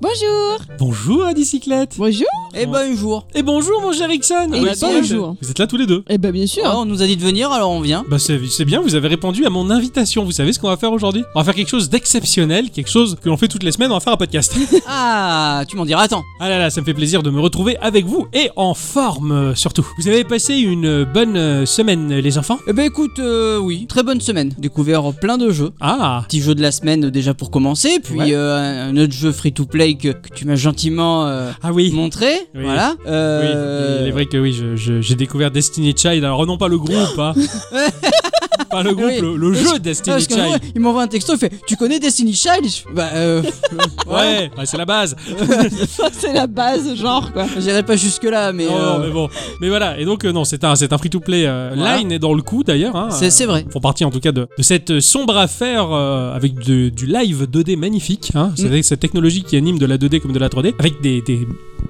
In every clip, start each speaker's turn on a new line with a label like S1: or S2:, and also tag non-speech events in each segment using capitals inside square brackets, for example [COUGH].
S1: Bonjour
S2: Bonjour à bicyclette
S3: Bonjour
S4: Et bonjour
S2: Et bonjour mon cher Ixon
S1: Et
S2: Vous êtes-
S1: bonjour.
S2: Vous êtes là tous les deux
S3: Eh ben bien sûr
S4: Ah, On nous a dit de venir, alors on vient.
S2: bah c'est c'est bien, vous avez répondu à mon invitation. Vous savez ce qu'on va faire aujourd'hui On va faire quelque chose d'exceptionnel, quelque chose que l'on fait toutes les semaines, on va faire un
S4: [LAUGHS]
S2: podcast.
S4: Ah, tu m'en diras, attends.
S2: [LAUGHS] Ah là là, ça me fait plaisir de me retrouver avec vous et en forme euh, surtout. Vous avez passé une euh, bonne euh, semaine euh, les enfants
S4: Eh ben écoute, euh, oui, très bonne semaine. Découvert plein de jeux.
S2: Ah
S4: Petit jeu de la semaine euh, déjà pour commencer, puis
S2: Ouais.
S4: euh, un autre jeu free-to-play que, que tu m'as gentiment euh,
S2: Ah oui
S4: montré.
S2: Oui.
S4: Voilà.
S2: Oui,
S4: Euh,
S2: il est vrai que oui, je- je- j'ai découvert Destiny Child. Alors non pas le groupe,
S4: [LAUGHS]
S2: hein. pas le groupe,
S4: Oui.
S2: le, le jeu Destiny
S4: Ah, parce que
S2: Child.
S4: moi, il m'envoie un texto, il fait Tu connais Destiny Child Je- Bah, euh. [LAUGHS]
S2: Ouais, bah, c'est la base.
S3: C'est la base, genre quoi
S4: J'irai pas jusque-là, mais.
S2: Non,
S4: euh,
S2: non, mais bon. Mais voilà, et donc euh, non, c'est un, c'est un free-to-play euh,
S4: Voilà.
S2: line est dans le coup d'ailleurs. Hein,
S4: C'est- c'est vrai.
S2: Ils Font partie en tout cas de, de cette sombre affaire euh, avec du, du live 2D magnifique. Hein,
S4: Mm.
S2: c'est avec cette technologie qui anime de la 2D comme de la 3D avec des, des,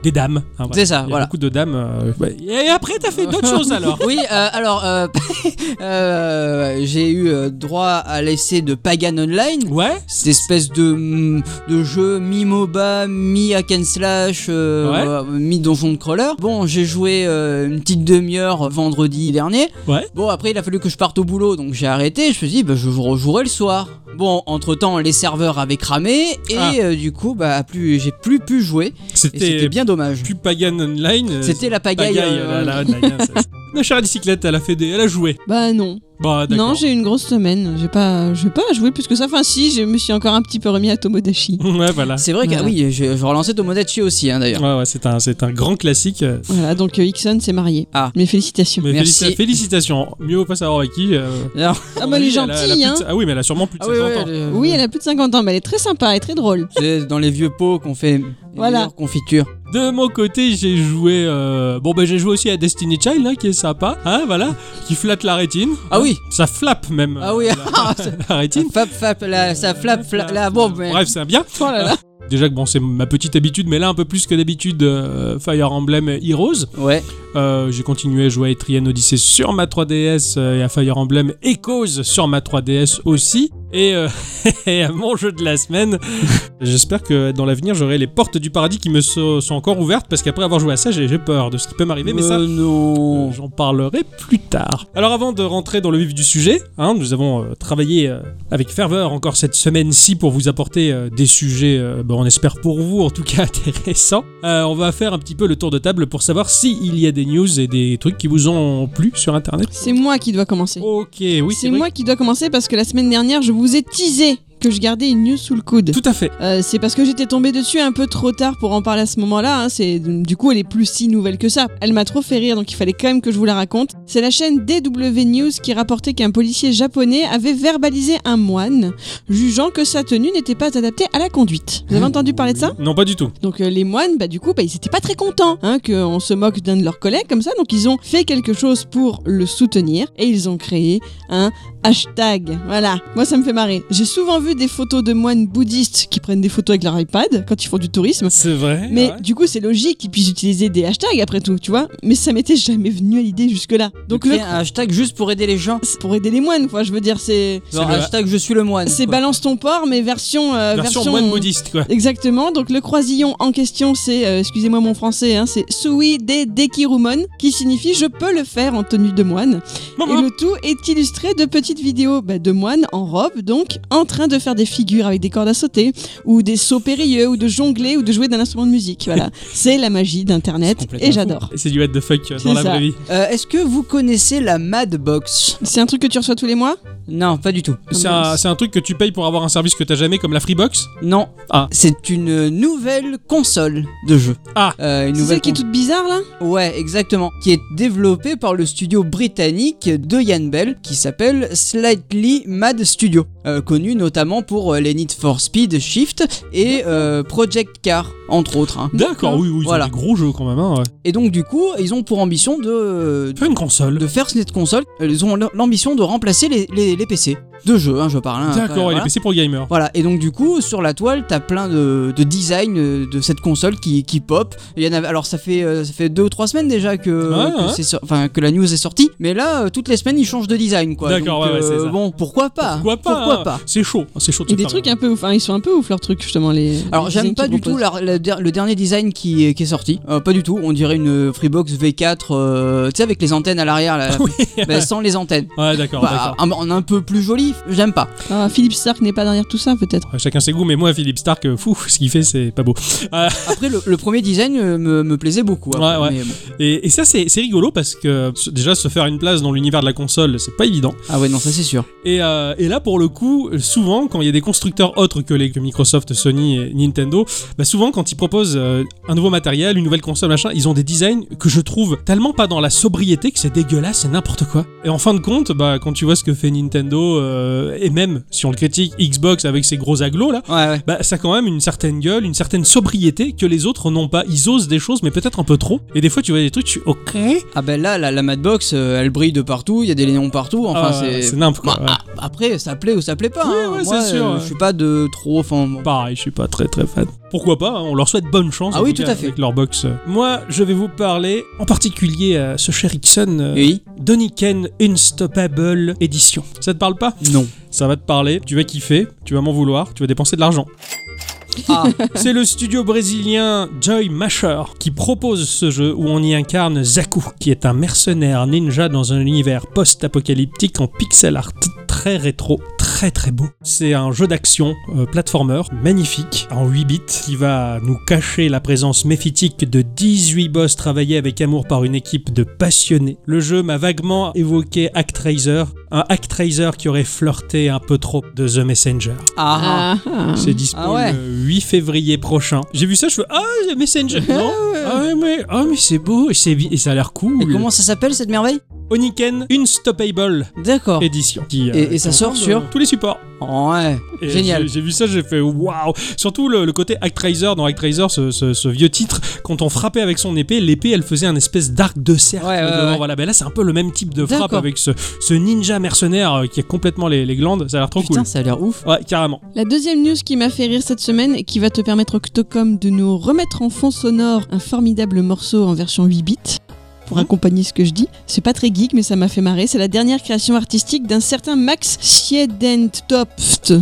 S2: des dames. hein, voilà.
S4: C'est ça,
S2: Il y a
S4: voilà.
S2: Beaucoup de dames. euh, ouais. Et après, t'as fait
S4: [LAUGHS]
S2: d'autres choses alors.
S4: Oui, euh, alors, euh, [LAUGHS] euh, j'ai eu euh, droit à l'essai de Pagan Online.
S2: Ouais.
S4: Cette espèce de, mm, de jeu mi-MOBA, mi-hack and slash, euh,
S2: Ouais.
S4: euh, mi-donjon de crawler. Bon, j'ai joué euh, une petite demi-heure vendredi dernier.
S2: Ouais.
S4: Bon, après, il a fallu que je parte au boulot, donc j'ai arrêté. Je me suis dit, bah, je rejouerai le soir. Bon, entre temps, les serveurs avaient cramé et
S2: Ah.
S4: euh, du coup, bah, plus, j'ai plus pu jouer. Et
S2: C'était
S4: c'était bien dommage.
S2: plus Pagan Online. euh,
S4: C'était la pagaille.
S2: Pagaille,
S4: euh,
S2: euh, la- la online, hein, ça-
S4: [LAUGHS]
S2: Ma chère bicyclette, elle a fait des, elle a joué.
S3: Bah non
S2: Bah d'accord.
S3: Non j'ai eu une grosse semaine, j'ai pas, j'ai pas joué plus que ça, enfin si, je me suis encore un petit peu remis à Tomodachi.
S2: [LAUGHS] ouais voilà.
S4: C'est vrai que
S3: Voilà.
S4: ah oui, je, je relançais Tomodachi aussi hein, d'ailleurs.
S2: Ouais, ouais, c'est un, c'est un grand classique. euh,
S3: Voilà, donc euh, Ixon s'est marié.
S4: Ah.
S3: Mes félicitations.
S2: Mais
S4: Merci.
S2: félici- félicitations. Mieux vaut pas savoir avec qui. euh,
S4: Alors,
S3: Ah bah elle est
S2: Oui, elle a- elle a
S3: gentille,
S2: plus
S3: hein
S2: de- Ah oui, mais elle a sûrement plus de
S4: ah oui,
S2: 50
S4: oui,
S2: ans.
S4: le-
S3: Oui, elle a plus de 50 ans, mais elle est très sympa et très drôle.
S4: c'est dans les vieux pots qu'on fait
S3: Voilà.
S4: voilà. confiture.
S2: De mon côté, j'ai joué. euh, Bon, ben j'ai joué aussi à Destiny Child, hein, qui est sympa, hein, voilà, qui flatte la rétine.
S4: Ah oui,
S2: Ça flappe même.
S4: ah oui,
S2: euh,
S4: ah, [LAUGHS] c'est-
S2: [LAUGHS] La rétine.
S4: fap fap, la, ça flap flap, la bombe. mais-
S2: Bref, c'est un bien.
S3: Oh là là.
S2: Déjà que bon, c'est ma petite habitude, mais là un peu plus que d'habitude, euh, Fire Emblem Heroes.
S4: Ouais,
S2: Euh, j'ai continué à jouer à Etrian Odyssey sur ma 3DS euh, et à Fire Emblem Echoes sur ma 3DS aussi. Et, euh, [LAUGHS] et à mon jeu de la semaine, [LAUGHS] j'espère que dans l'avenir j'aurai les portes du paradis qui me so- sont encore ouvertes parce qu'après avoir joué à ça, j'ai j'ai peur de ce qui peut m'arriver. Mais ça,
S4: Euh, non.
S2: euh, J'en parlerai plus tard. Alors avant de rentrer dans le vif du sujet, hein, nous avons euh, travaillé euh, avec ferveur encore cette semaine-ci pour vous apporter euh, des sujets, euh, bah, on espère pour vous en tout cas [LAUGHS] intéressants. Euh, on va faire un petit peu le tour de table pour savoir s'il y a des news et des trucs qui vous ont plu sur Internet.
S3: [LAUGHS] C'est moi qui dois commencer.
S2: Ok, Oh, oui,
S3: c'est
S2: vrai.
S3: moi qui dois commencer parce que la semaine dernière, je vous ai teasé que je gardais une news sous le coude.
S2: Tout à fait.
S3: Euh, c'est parce que j'étais tombée dessus un peu trop tard pour en parler à ce moment-là. hein. C'est du coup elle est plus si nouvelle que ça. Elle m'a trop fait rire donc il fallait quand même que je vous la raconte. C'est la chaîne DW News qui rapportait qu'un policier japonais avait verbalisé un moine, jugeant que sa tenue n'était pas adaptée à la conduite. Vous avez entendu parler de ça
S2: Non, pas du tout.
S3: donc euh, les moines, bah du coup, bah, ils étaient pas très contents hein, qu'on se moque d'un de leurs collègues comme ça. Donc ils ont fait quelque chose pour le soutenir et ils ont créé un hashtag. Voilà, moi ça me fait marrer. J'ai souvent vu des photos de moines bouddhistes qui prennent des photos avec leur iPad quand ils font du tourisme.
S2: C'est vrai.
S3: Mais
S2: ouais.
S3: du coup, c'est logique qu'ils puissent utiliser des hashtags après tout, tu vois. Mais ça m'était jamais venu à l'idée jusque-là.
S4: Donc
S3: Donc le
S4: un hashtag juste pour aider les gens.
S3: c'est pour aider les moines, quoi. Je veux dire, c'est
S4: Genre
S2: le-
S4: hashtag je suis le moine.
S3: c'est
S4: quoi.
S3: balance ton porc, mais version euh,
S2: version, moine bouddhiste, quoi.
S3: Exactement, donc le croisillon en question, c'est, euh, excusez-moi mon français, hein, c'est Sui de Dekirumon, qui signifie je peux le faire en tenue de moine. Et le tout est illustré de petites vidéos bah, de moines en robe, donc en train de faire des figures avec des cordes à sauter, ou des sauts périlleux, ou de jongler, ou de jouer d'un instrument de musique.
S4: [LAUGHS]
S3: Voilà, c'est la magie
S4: C'est
S3: d'Internet
S4: complètement
S3: et j'adore.
S2: C'est du what the fuck euh, dans
S3: C'est
S2: la
S3: ça.
S2: vraie vie.
S4: Euh, Est-ce que vous connaissez la Madbox
S3: C'est un truc que tu reçois tous les mois
S4: Non, pas du tout.
S2: C'est un,
S3: mince.
S2: c'est un truc que tu payes pour avoir un service que t'as jamais, comme la Freebox.
S4: Non.
S2: Ah.
S4: C'est une nouvelle console de jeu.
S2: Ah.
S4: Euh, une
S3: C'est
S4: nouvelle
S3: celle qui est toute bizarre là
S4: Ouais, exactement. Qui est développé par le studio britannique de Yann Bell, qui s'appelle Slightly Mad Studio, euh, connu notamment pour euh, les Need for Speed Shift et euh, Project Car, entre autres. hein.
S2: D'accord, oui, oui, ils
S4: Voilà.
S2: ont des gros jeux quand même. Hein, ouais.
S4: Et donc du coup, ils ont pour ambition de,
S2: Fais une console.
S4: de faire cette console. Ils ont l'ambition de remplacer les, les- les PC. de jeu, hein, je parle. hein,
S2: D'accord,
S4: après,
S2: ouais,
S4: voilà.
S2: les PC pour gamer.
S4: Voilà, et donc du coup, sur la toile, t'as plein de, de designs euh, de cette console qui, qui pop. Il y en avait, alors ça fait, euh, ça fait deux ou trois semaines déjà que,
S2: Ah,
S4: que
S2: ouais.
S4: c'est sor- enfin, que la news est sortie, mais là, euh, toutes les semaines, ils changent de design, quoi.
S2: D'accord,
S4: Donc, euh,
S2: ouais, ouais, c'est ça.
S4: Bon, pourquoi pas
S2: Pourquoi pas hein C'est chaud, c'est chaud de
S3: Et
S2: se
S3: des
S2: faire-
S3: trucs un peu ouf. Enfin, ils sont un peu ouf leurs trucs justement les.
S4: Alors
S3: les
S4: j'aime
S3: designs
S4: pas
S3: qu'ils
S4: du tout
S3: proposent.
S4: la- la der- le dernier design qui, qui est sorti. Euh, pas du tout. On dirait une Freebox V4, euh, tu sais, avec les antennes à
S2: [LAUGHS]
S4: l'arrière, là. Bah, sans les antennes.
S2: Ouais, d'accord,
S4: Bah,
S2: Oh, d'accord.
S4: un, en un peu plus joli, j'aime pas.
S3: Ah, Philippe Stark n'est pas derrière tout ça peut-être.
S2: Ouais, Chacun ses goûts, mais moi, Philippe Stark, euh, fou, [LAUGHS] ce qu'il fait, c'est pas beau.
S4: Après, le, le premier design euh, me, me plaisait beaucoup. après,
S2: Ouais, ouais.
S4: mais bon.
S2: Et, et ça, c'est c'est rigolo parce que se- déjà, se faire une place dans l'univers de la console, c'est pas évident.
S4: Ah ouais, non, ça c'est sûr.
S2: Et, euh, et là, pour le coup, souvent, quand il y a des constructeurs autres que, les, que Microsoft, Sony et Nintendo, bah souvent, quand ils proposent euh, un nouveau matériel, une nouvelle console, machin, ils ont des designs que je trouve tellement pas dans la sobriété que c'est dégueulasse, c'est n'importe quoi. Et en fin de compte, bah, quand tu vois ce que fait Nintendo, euh, et même, si on le critique, Xbox avec ses gros aglos, là,
S4: Ouais, ouais.
S2: bah ça a quand même une certaine gueule, une certaine sobriété que les autres n'ont pas. Ils osent des choses, mais peut-être un peu trop. Et des fois, tu vois des trucs, tu ok.
S4: Ah ben là, la, la Madbox, euh, elle brille de partout, il y a des néons partout, enfin
S2: Ah,
S4: c'est...
S2: c'est n'importe quoi.
S4: Bah,
S2: ouais.
S4: a- Après, ça plaît ou ça plaît pas.
S2: Oui,
S4: hein.
S2: ouais,
S4: Moi,
S2: c'est sûr,
S4: euh,
S2: ouais. Bah,
S4: Je suis pas de trop... Enfin, bon.
S2: Pareil, je suis pas très très fan. Pourquoi pas hein, On leur souhaite bonne chance.
S4: Ah
S2: en
S4: oui, tout
S2: cas,
S4: à fait.
S2: Avec leur box. Moi, je vais vous parler en particulier à ce cher Ixon, euh,
S4: Oui
S2: Donny Ken Unstoppable Edition. Ça te parle pas
S4: Non.
S2: [LAUGHS] Ça va te parler. Tu vas kiffer. Tu vas m'en vouloir. Tu vas dépenser de l'argent.
S4: Ah,
S2: [LAUGHS] C'est le studio brésilien Joy Masher qui propose ce jeu où on y incarne Zaku, qui est un mercenaire ninja dans un univers post-apocalyptique en pixel art très rétro, très très beau. C'est un jeu d'action euh, platformer magnifique en 8 bits qui va nous cacher la présence méphitique de 18 boss travaillés avec amour par une équipe de passionnés. Le jeu m'a vaguement évoqué Actraiser, un Actraiser qui aurait flirté un peu trop de The Messenger.
S4: ah,
S3: Ah,
S2: C'est dispo
S4: Ah ouais.
S2: le 8 février prochain. J'ai vu ça, je fais Ah, The Messenger Non Ah, ouais, mais, ah, mais c'est beau et, c'est vi- et ça a l'air
S4: Et
S2: cool.
S4: comment ça s'appelle cette merveille
S2: Oniken Unstoppable
S4: D'accord.
S2: Edition. qui,
S4: Oh. Et- et
S2: qui
S4: ça
S2: en
S4: sort
S2: parle,
S4: sur
S2: euh, Tous les supports.
S4: Ouais.
S2: Et
S4: Génial.
S2: j'ai- J'ai vu ça, j'ai fait waouh. Surtout le, le côté Actraiser dans Actraiser, ce, ce, ce vieux titre, quand on frappait avec son épée, l'épée elle faisait un espèce d'arc de cercle
S4: Ouais, ouais,
S2: devant.
S4: ouais.
S2: Voilà, ben là c'est un peu le même type de frappe
S4: D'accord.
S2: avec ce, ce ninja mercenaire euh, qui a complètement les, les glandes. Ça a l'air trop
S4: Putain, ça a l'air ouf.
S2: cool. Ouais,
S4: [LAUGHS]
S2: carrément.
S3: La deuxième news qui m'a fait rire cette semaine et qui va te permettre, Octocom, de nous remettre en fond sonore un formidable morceau en version 8 bits
S4: Mhm.
S3: pour accompagner ce que je dis. C'est pas très geek, mais ça m'a fait marrer. C'est la dernière création artistique d'un certain Max
S4: [LAUGHS]
S3: Schiedentopft.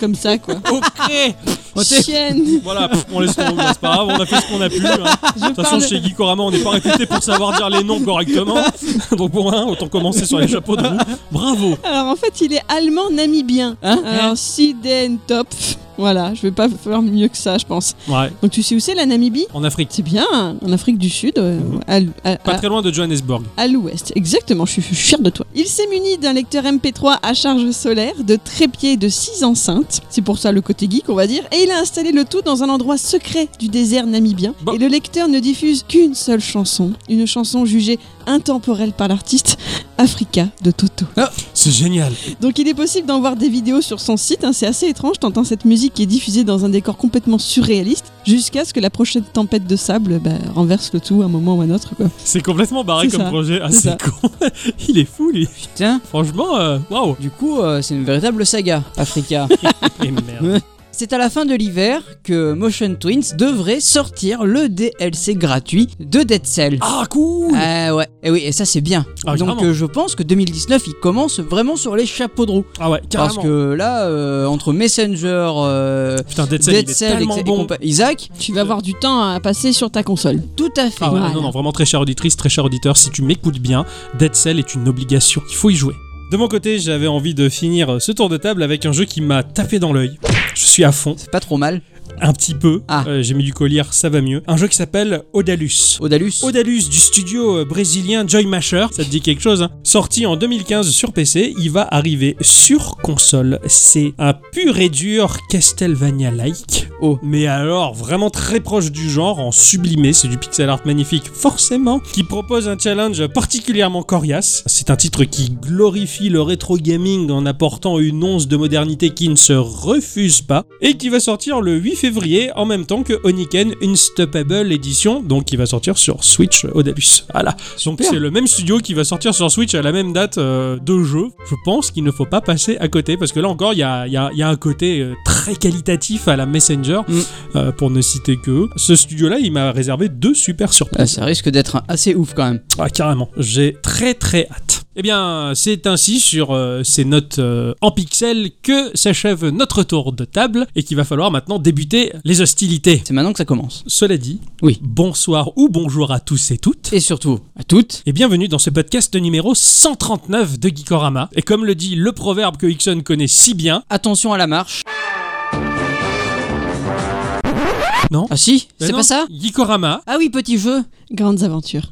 S3: Comme ça, quoi.
S2: Ok.
S4: [LAUGHS]
S3: Schieden.
S2: Voilà, pff, on laisse tomber, c'est pas grave, on a fait ce qu'on a pu. hein. De toute façon,
S3: parle-
S2: chez Geekorama, on n'est pas réputé pour savoir dire les noms correctement. Donc pour un, autant commencer sur les chapeaux de roue. Bravo
S3: Alors, en fait, il est allemand namibien.
S4: Hein
S3: Alors, Schiedentopft. Voilà, je vais pas faire mieux que ça, je pense.
S2: Ouais,
S3: Donc, tu sais où c'est la Namibie
S2: en Afrique.
S3: C'est bien, hein, en Afrique du Sud, euh, à l- à-
S2: Pas
S3: à-
S2: très loin de Johannesburg.
S3: à l'ouest. Exactement, je suis fier de toi. Il s'est muni d'un lecteur MP3 à charge solaire, de trépieds et de 6 enceintes. C'est pour ça le côté geek, on va dire. Et il a installé le tout dans un endroit secret du désert namibien.
S2: Bon.
S3: Et le lecteur ne diffuse qu'une seule chanson. Une chanson jugée intemporelle par l'artiste, Africa de Toto.
S2: C'est génial.
S3: Donc il est possible d'en voir des vidéos sur son site, hein, c'est assez étrange, t'entends cette musique qui est diffusée dans un décor complètement surréaliste, jusqu'à ce que la prochaine tempête de sable bah, renverse le tout à un moment ou à un autre. Quoi.
S2: C'est complètement barré
S3: C'est
S2: comme
S3: ça.
S2: projet. Ah,
S3: C'est
S2: c'est
S3: ça.
S2: con. [LAUGHS] Il est fou, lui.
S4: Putain.
S2: Franchement, euh, waouh.
S4: [LAUGHS] Du coup, euh, c'est une véritable saga,
S2: [LAUGHS]
S4: Africa.
S2: Et merde.
S4: C'est à la fin de l'hiver que Motion Twins devrait sortir le DLC gratuit de Dead Cell.
S2: Ah, cool
S4: Ah ouais, et oui, et ça c'est bien.
S2: Ah,
S4: Donc
S2: carrément.
S4: euh, je pense que 2019 il commence vraiment sur les chapeaux de roue.
S2: Ah ouais, carrément.
S4: Parce que là, euh, entre Messenger, euh,
S2: Putain, Dead Cell,
S4: Dead
S2: il est
S4: Cell et,
S2: tellement
S4: et
S2: bon.
S4: compa- Isaac,
S3: Tu vas avoir du temps à passer sur ta console.
S4: tout à fait.
S2: Ah ouais,
S3: Voilà.
S2: non, non, vraiment très chère auditrice, très cher auditeur, si tu m'écoutes bien, Dead Cell est une obligation, il faut y jouer. De mon côté, j'avais envie de finir ce tour de table avec un jeu qui m'a tapé dans l'œil. Je suis à fond,
S4: C'est pas trop mal.
S2: un petit peu.
S4: Ah.
S2: Euh, J'ai mis du collier, ça va mieux. Un jeu qui s'appelle Odalus.
S4: Odalus.
S2: Odalus du studio euh, brésilien Joy Masher, ça te dit quelque chose hein Sorti en 2015 sur PC, il va arriver sur console. C'est un pur et dur Castlevania-like. Oh.
S4: haut.
S2: mais alors vraiment très proche du genre, en sublimé, c'est du pixel art magnifique forcément, qui propose un challenge particulièrement coriace. C'est un titre qui glorifie le rétro gaming en apportant une once de modernité qui ne se refuse pas, et qui va sortir le 8 février en même temps que Oniken Unstoppable Edition, donc qui va sortir sur Switch Odalus. Voilà. Donc
S4: Super.
S2: c'est le même studio qui va sortir sur Switch à la même date euh, de jeu. Je pense qu'il ne faut pas passer à côté, parce que là encore, il y a, il y a- il y a un côté euh, très qualitatif à la Messenger,
S4: Mm.
S2: euh, pour ne citer que eux. Ce studio-là, il m'a réservé deux super surprises.
S4: Ah, ça risque d'être un- assez ouf quand même.
S2: Ah, carrément. J'ai très très hâte. Eh bien, c'est ainsi sur euh, ces notes euh, en pixels que s'achève notre tour de table et qu'il va falloir maintenant débuter les hostilités.
S4: C'est maintenant que ça commence.
S2: Cela dit,
S4: Oui.
S2: bonsoir ou bonjour à tous et toutes.
S4: Et surtout, à toutes,
S2: Et bienvenue dans ce podcast numéro 139 de Geekorama. Et comme le dit le proverbe que Hickson connaît si bien,
S4: attention à la marche.
S2: Non.
S4: Ah si,
S2: Ben
S4: c'est
S2: non,
S4: pas ça
S2: Geekorama,
S4: Ah oui, petit jeu.
S3: Grandes aventures.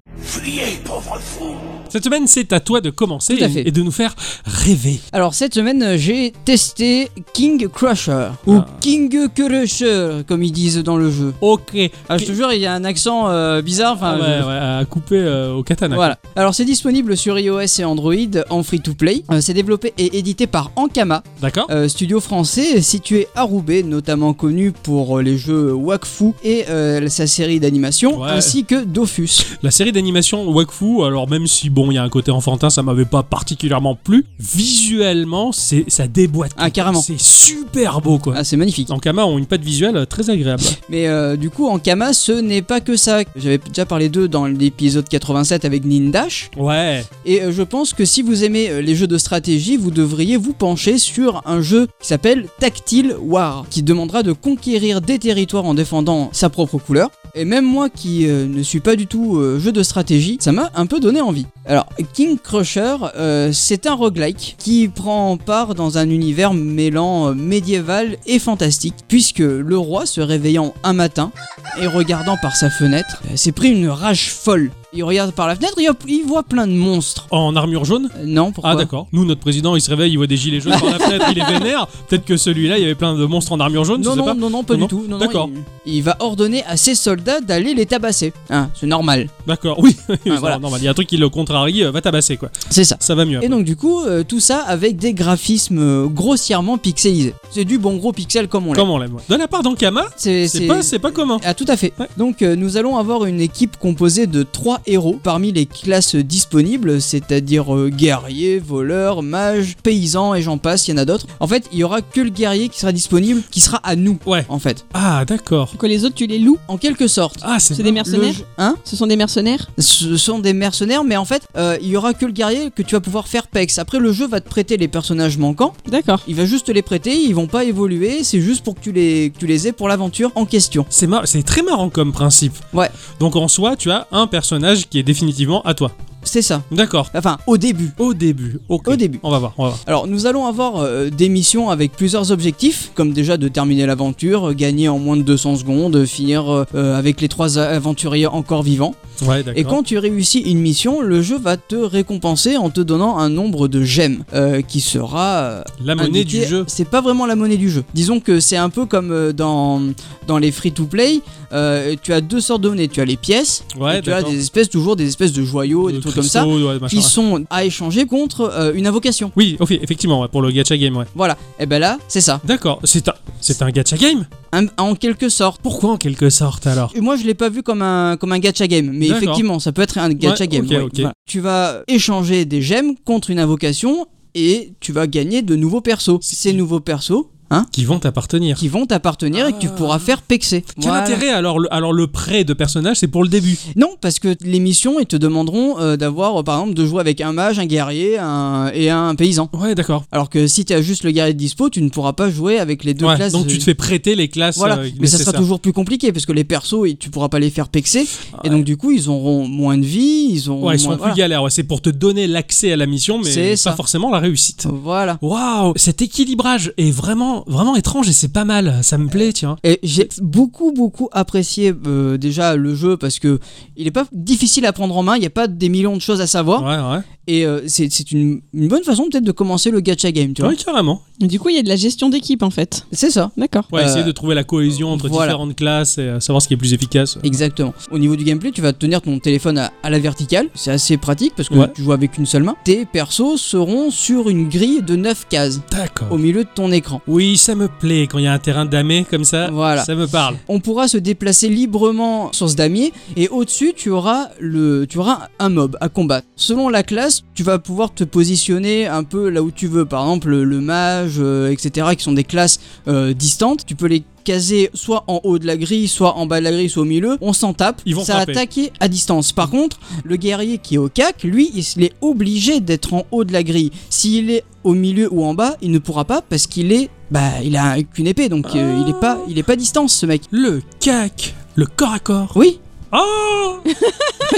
S2: cette semaine c'est à toi de commencer
S4: Tout à
S2: et-
S4: fait.
S2: et de nous faire rêver.
S4: Alors cette semaine, euh, j'ai testé King Crusher ou
S2: Ah.
S4: King Crusher comme ils disent dans le jeu.
S2: Ok.
S4: Ah, je te jure, il y a un accent euh, bizarre. Enfin,
S2: Ah ouais,
S4: je-
S2: ouais, à couper euh, au katana.
S4: Voilà. Alors c'est disponible sur iOS et Android en free to play. Euh, c'est développé et édité par Ankama,
S2: D'accord
S4: euh, studio français situé à Roubaix, notamment connu pour euh, les jeux Wakfu et euh, sa série d'animation,
S2: Ouais.
S4: ainsi que Dofus.
S2: La série d'animation Wakfu, alors même si bon, il y a un côté enfantin, ça m'avait pas particulièrement plu. Visuellement, c'est ça déboîte.
S4: Ah, carrément.
S2: C'est super beau quoi.
S4: Ah, c'est magnifique.
S2: Ankama ont une patte visuelle euh, très
S4: [LAUGHS]
S2: agréable.
S4: Mais euh, du coup, Ankama, ce n'est pas que ça. J'avais déjà parlé d'eux dans l'épisode 87 avec Nindash.
S2: ouais.
S4: Et euh, je pense que si vous aimez euh, les jeux de stratégie, vous devriez vous pencher sur un jeu qui s'appelle Tactile War, qui demandera de conquérir des territoires en défendant sa propre couleur. Et même moi qui euh, ne suis pas du tout euh, jeu de stratégie, ça m'a un peu donné envie. Alors, King Crusher, euh, c'est un roguelike qui prend part dans un univers mêlant euh, médiéval et fantastique, puisque le roi se réveillant un matin et regardant par sa fenêtre, euh, s'est pris une rage folle. Il regarde par la fenêtre, il, il voit plein de monstres.
S2: En armure jaune
S4: Euh, non, pourquoi
S2: ah d'accord. Nous notre président, il se réveille, il voit des gilets jaunes par la fenêtre, il est vénère. Peut-être que celui-là, il y avait plein de monstres en armure jaune, je
S4: non,
S2: sais
S4: non,
S2: pas.
S4: non, non, pas
S2: Non,
S4: du tout. Non, non,
S2: D'accord.
S4: Il, il va ordonner à ses soldats d'aller les tabasser. Hein, c'est normal.
S2: D'accord. Oui. Non,
S4: Ah, voilà.
S2: normal. Il y a un truc qui le contrarie, euh, va tabasser quoi.
S4: C'est ça.
S2: Ça va mieux. après.
S4: Et donc du coup, euh, tout ça avec des graphismes euh, grossièrement pixelisés. C'est du bon gros pixel comme on l'a.
S2: Comment on l'aime ouais. De la part d'Ankama,
S4: C'est
S2: c'est pas c'est pas commun.
S4: Ah, tout à fait.
S2: Ouais.
S4: Donc, euh, nous allons avoir une équipe composée de trois héros parmi les classes disponibles, c'est-à-dire euh, guerrier, voleur, mage, paysan et j'en passe, il y en a d'autres. En fait, il y aura que le guerrier qui sera disponible, qui sera à nous,
S2: Ouais.
S4: en fait.
S2: Ah d'accord.
S3: Pourquoi les autres, tu les loues
S4: En quelque sorte.
S2: Ah c'est
S3: C'est des
S4: Le
S3: mercenaires
S4: jeu- hein
S3: Ce sont des mercenaires
S4: Ce sont des mercenaires, mais en fait, euh, il y aura que le guerrier que tu vas pouvoir faire pex. Après, le jeu va te prêter les personnages manquants.
S3: D'accord.
S4: Il va juste te les prêter, ils vont pas évoluer. C'est juste pour que tu les, que tu les aies pour l'aventure en question.
S2: C'est mar- c'est très marrant comme principe.
S4: Ouais.
S2: Donc en soi, tu as un personnage qui est définitivement à toi.
S4: C'est ça.
S2: D'accord.
S4: Enfin, au début.
S2: Au début. Ok.
S4: Au début.
S2: On va voir. On va voir.
S4: Alors nous allons avoir euh, des missions avec plusieurs objectifs, comme déjà de terminer l'aventure, euh, gagner en moins de 200 secondes, euh, finir euh, euh, avec les trois a- aventuriers encore vivants.
S2: Ouais, d'accord.
S4: Et quand tu réussis une mission, le jeu va te récompenser en te donnant un nombre de gemmes euh, qui sera euh,
S2: la monnaie
S4: indiqué-
S2: du jeu.
S4: C'est pas vraiment la monnaie du jeu. Disons que c'est un peu comme euh, dans, dans les free-to-play. euh, tu as deux sortes de monnaies. Tu as les pièces,
S2: Ouais,
S4: et tu as
S2: d'accord.
S4: des espèces toujours des espèces de joyaux, des
S2: Le
S4: trucs comme ça,
S2: cristaux, ouais, machin,
S4: qui
S2: ouais.
S4: sont à échanger contre euh, une invocation.
S2: Oui, ok, effectivement, ouais, pour le gacha game, ouais.
S4: Voilà. Et ben là, c'est ça.
S2: D'accord, c'est un, c'est un gacha game
S4: Un- en quelque sorte.
S2: Pourquoi en quelque sorte alors
S4: Et Moi, je l'ai pas vu comme un, comme un gacha game, mais
S2: D'accord.
S4: effectivement, ça peut être un gacha
S2: Ouais,
S4: game.
S2: ok,
S4: ouais.
S2: ok.
S4: Voilà. Tu vas échanger des gemmes contre une invocation et tu vas gagner de nouveaux persos.
S2: C'est-
S4: Ces nouveaux persos, hein,
S2: Qui vont t'appartenir.
S4: qui vont t'appartenir et que tu
S2: Ah.
S4: pourras faire pexer.
S2: Quel
S4: Voilà.
S2: intérêt alors le, alors le prêt de personnage, c'est pour le début
S4: Non, parce que les missions, ils te demanderont euh, d'avoir, euh, par exemple, de jouer avec un mage, un guerrier un- et un paysan.
S2: Ouais, d'accord.
S4: Alors que si tu as juste le guerrier de dispo, tu ne pourras pas jouer avec les deux
S2: Ouais,
S4: classes.
S2: donc tu te fais prêter les classes
S4: euh, Voilà,
S2: euh,
S4: mais ça sera
S2: nécessaires.
S4: toujours plus compliqué parce que les persos, ils- tu pourras pas les faire pexer et donc du coup, ils auront moins de vie, ils auront
S2: Ouais, ils
S4: moins-
S2: sont plus
S4: voilà.
S2: galères, ouais, c'est pour te donner l'accès à la mission,
S4: C'est
S2: mais pas
S4: ça.
S2: forcément la réussite.
S4: Voilà.
S2: Waouh, cet équilibrage est vraiment, vraiment étrange et c'est pas mal. Ça me plaît, tiens.
S4: Et j'ai beaucoup beaucoup apprécié euh, déjà le jeu parce que il est pas difficile à prendre en main, il n'y a pas des millions de choses à savoir
S2: Ouais, ouais.
S4: Et euh, c'est c'est une, une bonne façon peut-être de commencer le gacha game, tu vois.
S2: Ouais, carrément.
S3: Et Du coup, il y a de la gestion d'équipe en fait.
S4: C'est ça.
S3: D'accord.
S2: Ouais,
S4: Euh,
S2: essayer de trouver la cohésion entre
S4: voilà.
S2: différentes classes et euh, savoir ce qui est plus efficace.
S4: Exactement. Au niveau du gameplay, tu vas tenir ton téléphone à, à la verticale. C'est assez pratique parce que
S2: Ouais.
S4: tu joues avec une seule main. Tes persos seront sur une grille de 9 cases
S2: D'accord.
S4: au milieu de ton écran.
S2: Oui, ça me plaît quand il y a un terrain damé comme ça.
S4: Voilà.
S2: Ça me parle.
S4: On pourra se déplacer librement sur ce damier et au-dessus, tu auras le tu auras un mob à combattre. Selon la classe, tu vas pouvoir te positionner un peu là où tu veux. Par exemple, le, le mage, euh, etc., qui sont des classes euh, distantes, tu peux les caser soit en haut de la grille, soit en bas de la grille, soit au milieu. On s'en tape.
S2: Ils vont
S4: ça
S2: frapper.
S4: attaque à distance. Par contre, le guerrier qui est au cac, lui, il s- il est obligé d'être en haut de la grille. S'il est au milieu ou en bas, il ne pourra pas parce qu'il est bah il a qu'une épée donc euh,
S2: Ah.
S4: il est pas il est pas distance ce mec.
S2: Le cac, le corps à corps.
S4: Oui, [LAUGHS]
S2: Oh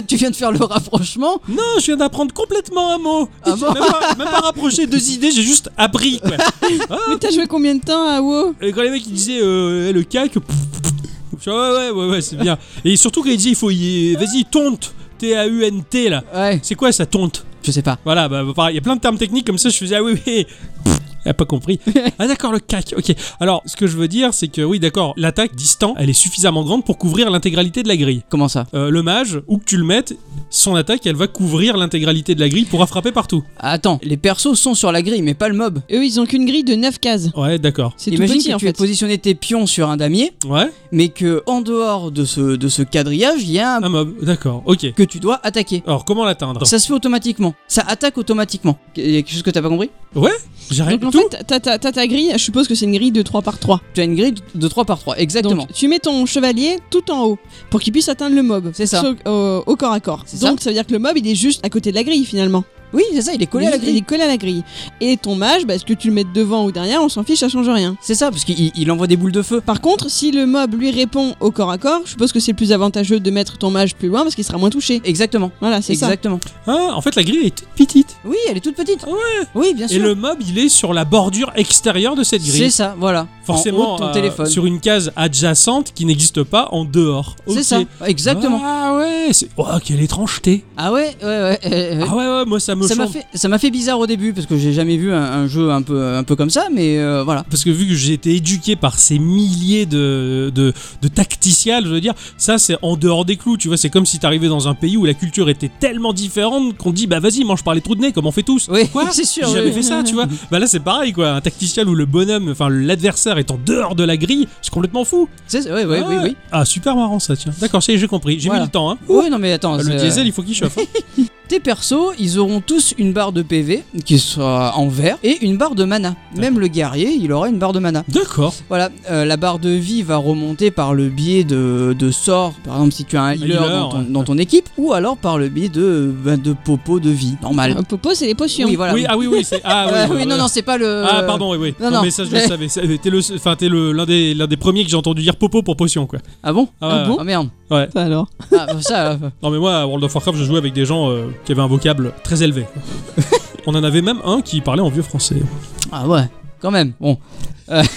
S4: tu viens de faire le rapprochement.
S2: Non, je viens d'apprendre complètement un mot.
S4: Ah bon
S2: même, pas, même pas rapproché deux idées, j'ai juste appris. Quoi.
S4: Ah.
S3: Mais t'as joué combien de temps à WoW
S2: Et quand les mecs ils disaient euh, eh, le cac, pff, pff, pff, je dis, ouais, ouais, ouais, ouais, c'est bien. Et surtout quand ils disaient il faut y... vas-y, tonte, T-A-U-N-T là.
S4: Ouais,
S2: C'est quoi ça, tonte
S4: je sais pas.
S2: Voilà, bah pareil, il y a plein de termes techniques comme ça, je faisais ah oui, oui. [LAUGHS] Pff, Elle a pas compris. Ah d'accord, le cac, ok. Alors, ce que je veux dire, c'est que oui, d'accord, l'attaque distant, elle est suffisamment grande pour couvrir l'intégralité de la grille.
S4: Comment ça
S2: Euh, le mage, où que tu le mettes, son attaque, elle va couvrir l'intégralité de la grille, il pourra frapper partout.
S4: Attends, les persos sont sur la grille mais pas le mob.
S3: Eux, ils ont qu'une grille de 9 cases.
S2: Ouais, d'accord.
S3: C'est tout
S4: Imagine
S3: petit
S4: que
S3: en
S4: tu as
S3: fait.
S4: positionné tes pions sur un damier
S2: Ouais,
S4: mais que en dehors de ce de ce quadrillage, il y a un
S2: un mob, d'accord, ok.
S4: que tu dois attaquer.
S2: Alors, comment l'atteindre
S4: Ça se fait automatiquement. Ça attaque automatiquement. Il y a quelque chose que t'as pas compris
S2: J'ai rien
S3: Donc
S2: du
S4: Hein
S3: en
S2: tout
S3: fait, t'as ta, t'as ta grille, je suppose que c'est une grille de 3 par 3.
S4: Tu as une grille de 3 par 3, exactement.
S3: Donc tu mets ton chevalier tout en haut pour qu'il puisse atteindre le mob.
S4: C'est ça.
S3: Sauf- au, au corps à corps.
S4: C'est
S3: Donc ça. veut dire que le mob il est juste à côté de la grille finalement.
S4: oui, c'est ça, il est collé à la
S3: Il est- Il
S4: grille.
S3: est collé à la grille. Et ton mage, bah, est-ce que tu le mets devant ou derrière, on s'en fiche, ça change rien.
S4: C'est ça, parce qu'il il envoie des boules de feu.
S3: Par contre, si le mob lui répond au corps à corps, je suppose que c'est plus avantageux de mettre ton mage plus loin parce qu'il sera moins touché.
S4: Exactement.
S3: Voilà, c'est ça.
S4: Exactement.
S2: Ah, en fait, la grille est toute petite.
S4: Oui, elle est toute petite.
S2: Ah ouais.
S4: Oui, bien
S2: Et
S4: sûr.
S2: le mob, il est sur la bordure extérieure de cette
S4: C'est
S2: grille.
S4: ça, voilà.
S2: Forcément,
S4: en haut de ton
S2: euh,
S4: téléphone.
S2: sur une case adjacente qui n'existe pas en dehors.
S4: C'est
S2: Ok.
S4: ça, exactement.
S2: Ah ouais, c'est... Oh, quelle étrangeté.
S4: Ah ouais, ouais, ouais. euh, euh,
S2: Ah ouais, ouais, moi, ça me
S4: ça m'a
S2: change.
S4: fait, ça m'a fait bizarre au début parce que j'ai jamais vu un, un jeu un peu, un peu comme ça, mais euh, voilà.
S2: Parce que vu que j'ai été éduqué par ces milliers de, de, de tacticiales, je veux dire, ça c'est en dehors des clous, tu vois, c'est comme si t'arrivais dans un pays où la culture était tellement différente qu'on te dit bah vas-y mange par les trous de nez comme on fait tous.
S4: Oui, [LAUGHS]
S2: Quoi
S4: c'est sûr.
S2: J'ai jamais
S4: oui.
S2: fait ça,
S4: [LAUGHS]
S2: tu vois. Bah là c'est pareil quoi, un tacticial où le bonhomme, enfin l'adversaire est en dehors de la grille, c'est complètement fou.
S4: C'est- ouais, ouais,
S2: Ah,
S4: oui, oui.
S2: Ah super marrant ça, tiens. D'accord, ça y est, j'ai compris, j'ai
S4: Voilà.
S2: mis le temps. Hein.
S4: Oui, non, mais attends.
S2: le
S4: c'est- euh,
S2: diesel il faut qu'il chauffe. hein.
S4: Tes persos, ils auront tous une barre de PV qui sera en vert et une barre de mana. Même le guerrier, il aura une barre de mana.
S2: [LAUGHS] D'accord.
S4: Voilà, euh, la barre de vie va remonter par le biais de, de sorts, par exemple si tu as un healer,
S2: Healer,
S4: dans, ton,
S2: ouais.
S4: dans ton équipe, ou alors par le biais de, ben, de popos de vie, normal.
S3: Un Euh, Popo, c'est les potions.
S4: Oui, voilà.
S2: Oui, ah oui, oui, c'est. Ah oui,
S4: Euh,
S2: voilà,
S4: oui, non,
S2: voilà.
S4: non, c'est pas le.
S2: Ah pardon, oui, oui.
S4: Non,
S2: Non,
S4: non.
S2: mais ça je le savais. C'est- T'es le, enfin t'es le l'un des, l'un des premiers que j'ai entendu dire popo pour potion quoi.
S4: Ah bon
S2: Ah,
S3: Ah
S2: ouais,
S3: bon
S4: Ah merde.
S3: Ça, alors.
S4: Ah, bah, ça. euh,
S2: Non mais moi à World of Warcraft je jouais avec des gens euh, qui avaient un vocable très
S4: [LAUGHS]
S2: élevé. On en avait même un qui parlait en vieux français.
S4: Ah ouais, quand même. Bon. Euh, [LAUGHS]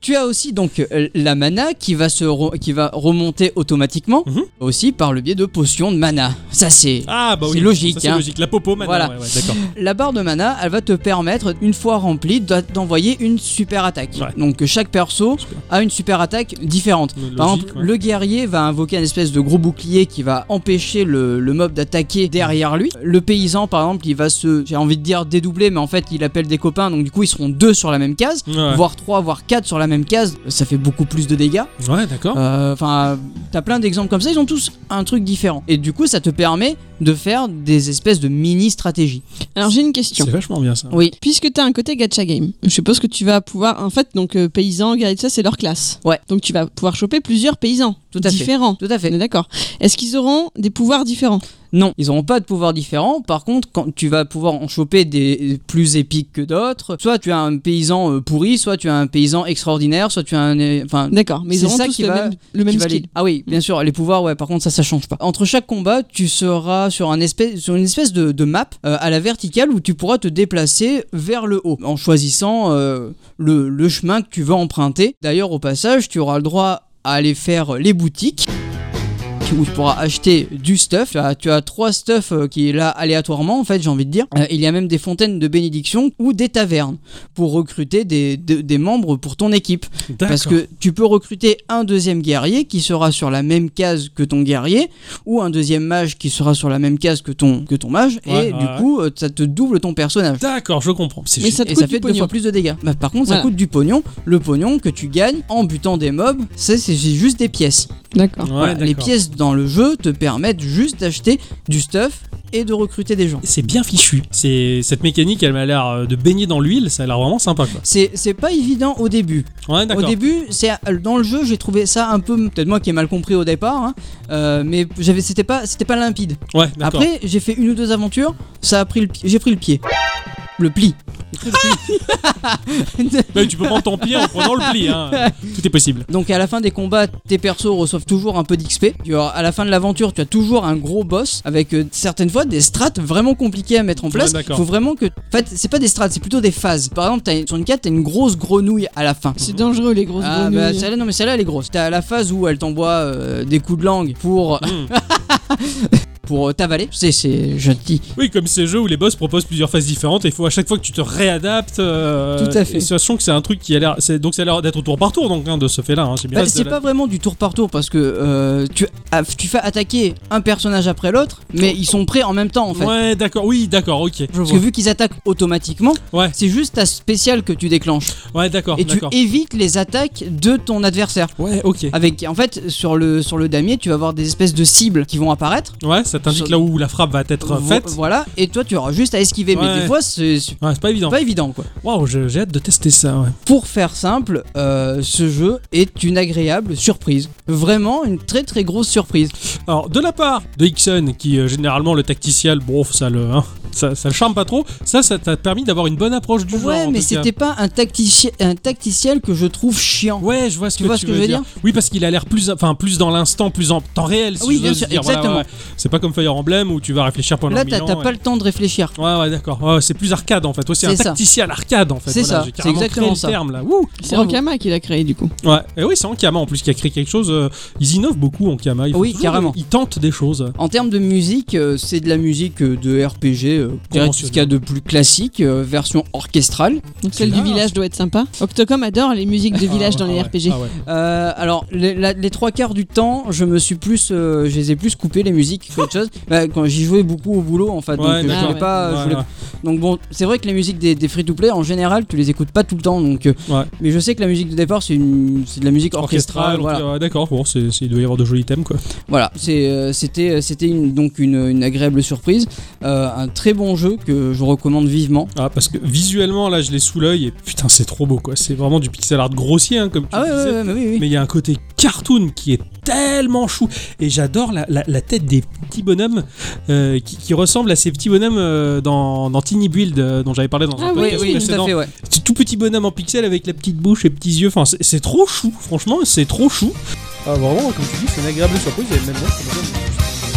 S4: Tu as aussi donc euh, la mana qui va, se re- qui va remonter automatiquement,
S2: Mhm.
S4: aussi par le biais de potions de mana. Ça c'est...
S2: Ah bah oui.
S4: C'est logique,
S2: ça, c'est
S4: hein.
S2: logique. La popo maintenant.
S4: Voilà.
S2: ouais, ouais, d'accord.
S4: La barre de mana, elle va te permettre, une fois remplie, d'a- d'envoyer une super attaque.
S2: Ouais.
S4: Donc euh, chaque perso
S2: Super.
S4: a une super attaque différente.
S2: Logique,
S4: Par exemple,
S2: ouais.
S4: le guerrier va invoquer un espèce de gros bouclier qui va empêcher le, le mob d'attaquer derrière lui. Le paysan, par exemple, il va se, j'ai envie de dire dédoubler, mais en fait, il appelle des copains, donc du coup, ils seront deux sur la même case,
S2: Ouais,
S4: voire trois, voire quatre sur la même case. Ça fait beaucoup plus de dégâts.
S2: Ouais, d'accord.
S4: Euh, Enfin, t'as plein d'exemples comme ça, ils ont tous un truc différent. Et du coup, ça te permet de faire des espèces de mini stratégies.
S3: Alors j'ai une question.
S2: c'est vachement bien ça.
S4: Oui.
S3: Puisque tu as un côté gacha game, je suppose que tu vas pouvoir. En fait, donc euh, paysans, guerriers, tout ça, c'est leur classe.
S4: Ouais.
S3: Donc tu vas pouvoir choper plusieurs paysans.
S4: Tout à fait.
S3: différents.
S4: Tout à fait.
S3: On est d'accord. Est-ce qu'ils auront des pouvoirs différents
S4: Non, ils n'auront pas de pouvoir différents. Par contre, quand tu vas pouvoir en choper des plus épiques que d'autres, soit tu as un paysan euh, pourri, soit tu as un paysan extraordinaire, soit tu as un. euh, Enfin.
S3: D'accord, mais ils
S4: C'est
S3: auront
S4: ça
S3: tous
S4: qui
S3: le
S4: va-
S3: même, le
S4: qui
S3: même
S4: va les-
S3: skill.
S4: Ah oui, bien sûr, les pouvoirs, ouais, par contre, ça, ça change pas. Entre chaque combat, tu seras sur, un espèce, sur une espèce de, de map euh, à la verticale où tu pourras te déplacer vers le haut en choisissant euh, le, le chemin que tu veux emprunter. D'ailleurs, au passage, tu auras le droit à aller faire les boutiques boutique où tu pourras acheter du stuff. Tu as, tu as trois stuffs euh, qui est là aléatoirement, en fait, j'ai envie de dire. Euh, il y a même des fontaines de bénédiction ou des tavernes pour recruter des, de- des membres pour ton équipe. Parce que tu peux recruter un deuxième guerrier qui sera sur la même case que ton guerrier ou un deuxième mage qui sera sur la même case que ton, que ton mage.
S2: Ouais,
S4: et
S2: ouais,
S4: du
S2: ouais.
S4: coup, euh, ça te double ton personnage.
S2: D'accord, je comprends. C'est
S3: Mais
S2: génial.
S3: ça te
S4: Et
S3: coûte
S4: ça
S3: du
S4: fait deux
S3: pognon.
S4: fois plus de dégâts. Bah, par contre, ça
S3: Voilà.
S4: coûte du pognon. Le pognon que tu gagnes en butant des mobs, c'est c'est juste des pièces.
S3: D'accord.
S2: Ouais,
S4: Voilà, les
S2: d'accord.
S4: pièces dans le jeu te permettent juste d'acheter du stuff et de recruter des gens.
S2: C'est bien fichu. C'est cette mécanique, elle m'a l'air euh, de baigner dans l'huile. Ça a l'air vraiment sympa, quoi.
S4: C'est c'est pas évident au début.
S2: Ouais,
S4: Au
S2: d'accord.
S4: début, c'est dans le jeu, j'ai trouvé ça un peu peut-être moi qui ai mal compris au départ, hein, euh, mais j'avais c'était pas c'était pas limpide.
S2: Ouais, d'accord.
S4: Après, j'ai fait une ou deux aventures, ça a pris le pi- j'ai pris le pied, le pli. [LAUGHS]
S2: [LAUGHS]
S4: J'ai pris le pli.
S2: Là, tu peux prendre ton pied en prenant le pli. [LAUGHS] hein. Tout est possible.
S4: Donc à la fin des combats, tes persos reçoivent toujours un peu d'XP. Tu as- À la fin de l'aventure, tu as toujours un gros boss avec euh, certaines fois des strates vraiment compliquées à mettre en place.
S2: Ouais, d'accord.
S4: Faut vraiment que, en fait, c'est pas des strates, c'est plutôt des phases. Par exemple, t'as une- sur une carte, t'as une grosse grenouille à la fin.
S3: C'est dangereux les grosses
S4: Ah bah
S3: grenouilles.
S4: celle-là, non mais celle-là elle est grosse. T'as la phase où elle t'envoie euh, des coups de langue pour
S2: Mm.
S4: [LAUGHS] pour euh, t'avaler. C'est c'est gentil.
S2: Oui, comme ces jeux où les boss proposent plusieurs phases différentes, et il faut à chaque fois que tu te réadaptes. euh,
S4: Tout à fait.
S2: et Sachant que c'est un truc qui a l'air, c'est- donc ça a l'air d'être au tour par tour, donc hein, de ce fait-là. hein, c'est bien.
S4: Bah, c'est pas vraiment du tour par tour parce que euh, tu ah, tu fais attaquer un personnage après l'autre, mais ils sont prêts en même temps en fait.
S2: Ouais, d'accord. Oui, d'accord. Ok. Je
S4: Parce que vu qu'ils attaquent automatiquement,
S2: Ouais.
S4: c'est juste ta spéciale que tu déclenches.
S2: Ouais, d'accord.
S4: et tu
S2: d'accord.
S4: évites les attaques de ton adversaire.
S2: Ouais, ok.
S4: Avec, en fait, sur le, sur le damier, tu vas avoir des espèces de cibles qui vont apparaître.
S2: Ouais, ça t'indique
S4: Sur-
S2: là où la frappe va être euh,
S4: Vo-
S2: faite.
S4: Voilà, et toi, tu auras juste à esquiver.
S2: Ouais.
S4: Mais des fois, c'est c'est
S2: Ouais, c'est pas évident.
S4: pas évident, quoi.
S2: Waouh, je- j'ai hâte de tester ça. Ouais.
S4: Pour faire simple, euh, ce jeu est une agréable surprise. Vraiment une très très grosse surprise.
S2: Alors, de la part de Ixon, qui euh, généralement le tacticiel, bon, ça le, hein, ça, ça le charme pas trop, ça, ça t'a permis d'avoir une bonne approche du genre.
S4: ouais,
S2: en
S4: mais
S2: tout cas.
S4: c'était pas un, tactici- un tacticiel que je trouve chiant.
S2: Ouais, je vois ce
S4: Tu
S2: que
S4: vois
S2: tu
S4: ce que
S2: veux
S4: je veux
S2: dire. Oui, parce qu'il a l'air plus, enfin, plus dans l'instant, plus en temps réel. Si
S4: Oui,
S2: j'ose
S4: bien sûr,
S2: dire. Voilà,
S4: exactement.
S2: ouais, ouais. C'est pas comme Fire Emblem où tu vas réfléchir pendant
S4: Là,
S2: un
S4: t'as
S2: mille
S4: t'as
S2: ans,
S4: pas le temps de réfléchir.
S2: Ouais, ouais, ouais, d'accord. Ouais, ouais, c'est plus arcade en fait. Ouais, c'est un
S4: C'est ça.
S2: tacticiel arcade en fait.
S4: C'est
S2: Voilà,
S4: ça,
S2: j'ai
S4: c'est
S2: carrément créé
S4: exactement
S2: le
S4: ça.
S2: terme là. Wouh
S3: C'est
S4: Bravo.
S3: Ankama qui l'a créé du coup.
S2: ouais. Et oui, c'est Ankama en plus qui a créé quelque chose. euh, Ils innovent beaucoup Ankama. Ils font
S4: Oui,
S2: toujours
S4: carrément.
S2: des- Ils tentent des choses.
S4: En termes de musique, euh, c'est de la musique euh, de RPG, euh, je dirais que c'est ce qu'il y a de plus classique, euh, version orchestrale.
S3: Donc celle
S2: là.
S3: du village doit être sympa. Octocom adore les musiques de village
S2: Ah,
S3: dans les
S2: ouais,
S3: RPG.
S2: ah ouais.
S4: Euh, alors, les, la- les trois quarts du temps, je me suis plus, euh, je les ai plus coupées les musiques
S2: [LAUGHS]
S4: qu'autre chose. Bah, quand j'y jouais beaucoup au boulot, en fait, donc
S2: Ouais,
S4: euh, je
S3: d'accord.
S4: voulais pas. je
S2: Ouais,
S4: voulais-
S2: ouais.
S4: Donc bon, c'est vrai que les musiques des, des free-to-play, en général, tu les écoutes pas tout le temps. Donc, euh,
S2: Ouais.
S4: mais je sais que la musique de départ, c'est une, c'est de la musique
S2: Orchestral,
S4: orchestrale. voilà.
S2: ok, ouais, d'accord, bon, c'est, c'est- il doit y avoir de jolis thèmes quoi.
S4: Voilà, c'est, euh, c'était euh, c'était une- donc une, une agréable surprise, Euh, un très bon jeu que je recommande vivement.
S2: Ah, parce que visuellement là je l'ai sous l'œil et putain c'est trop beau quoi, c'est vraiment du pixel art grossier hein, comme tu
S4: Ah ouais,
S2: disais.
S4: ouais, ouais, mais oui, oui.
S2: Mais il y a un côté cartoon qui est tellement chou et j'adore la, la- la tête des petits bonhommes euh, qui, qui ressemblent à ces petits bonhommes euh, dans, dans Tiny Build euh, dont j'avais parlé dans un
S3: Ah oui,
S4: Oui,
S2: podcast
S4: oui, tout
S2: précédent.
S4: à fait, ouais.
S2: C'est tout petit bonhomme en pixel avec la petite bouche et petits yeux. Enfin, c'est- c'est trop chou, franchement, c'est trop chou. Ah, vraiment, comme tu dis, c'est une agréable surprise. Et même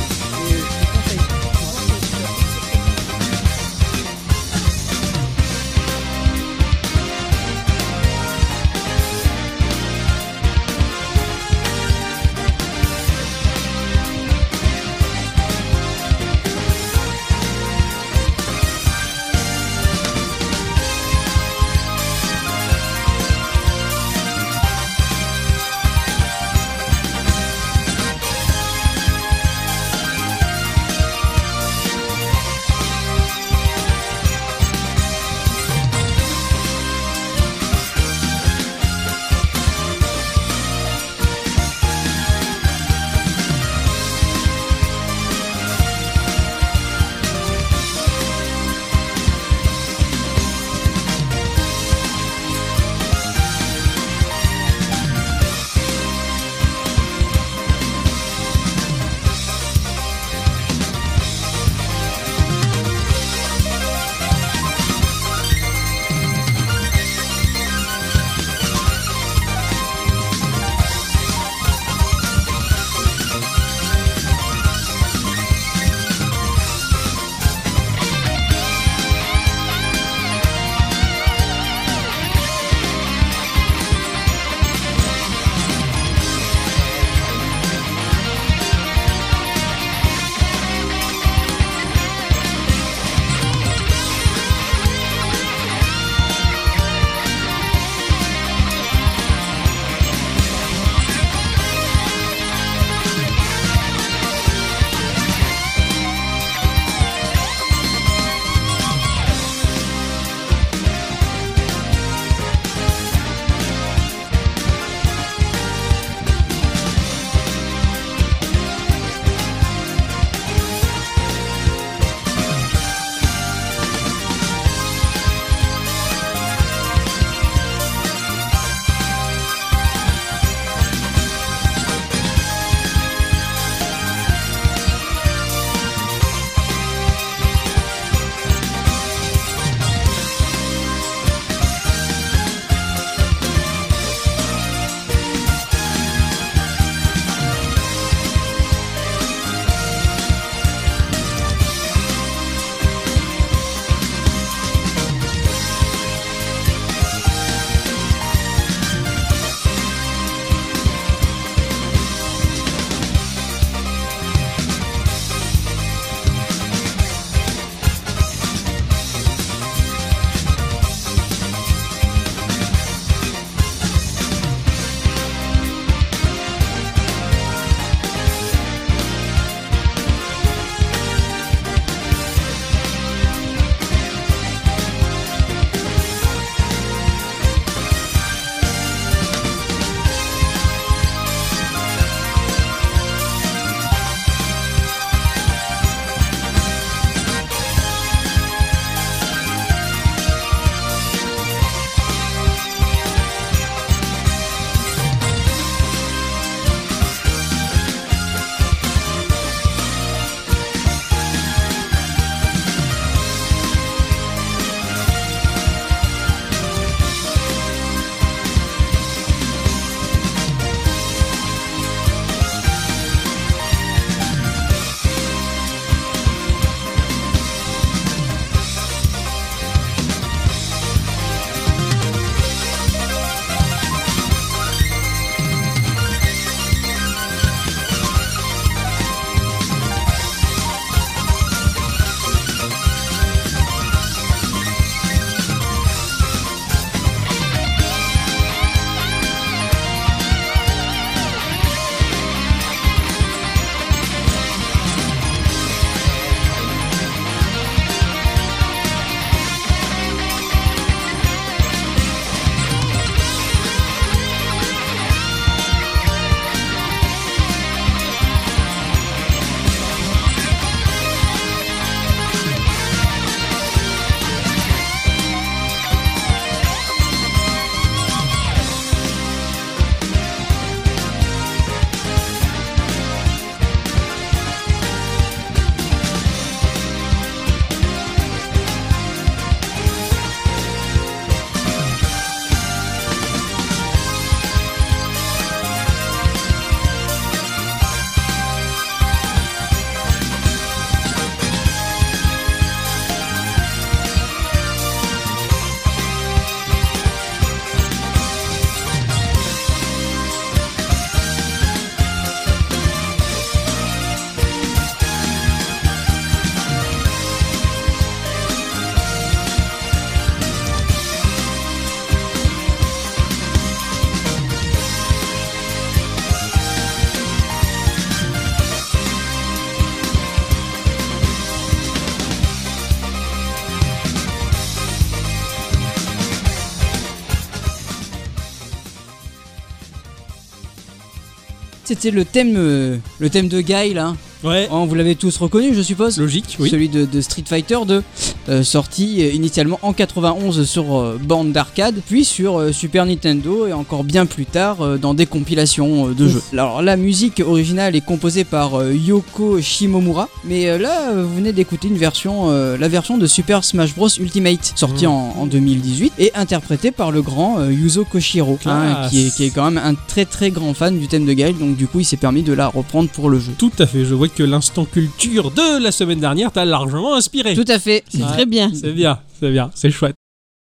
S4: c'était le thème, euh, le thème de Guy là.
S2: Ouais,
S4: Oh, vous l'avez tous reconnu, je suppose.
S2: logique, oui.
S4: Celui de, de Street Fighter 2, euh, sorti euh, initialement en 91 sur euh, borne d'arcade, puis sur euh, Super Nintendo et encore bien plus tard euh, dans des compilations euh, de
S2: Ouf.
S4: jeux. Alors la musique originale est composée par euh, Yoko Shimomura, mais euh, là euh, vous venez d'écouter une version, euh, la version de Super Smash Bros Ultimate, sortie
S2: Mm.
S4: en, en 2018 et interprétée par le grand euh, Yuzo Koshiro, hein,
S3: Ah,
S2: Classe.
S4: qui, est, qui est quand même un très très grand fan du thème de Gail, donc du coup il s'est permis de la reprendre pour le jeu.
S2: Tout à fait, je vois que l'instant culture de la semaine dernière t'a largement inspiré.
S4: Tout à fait.
S3: C'est
S2: Ouais.
S3: très bien.
S2: C'est bien, c'est bien, c'est chouette.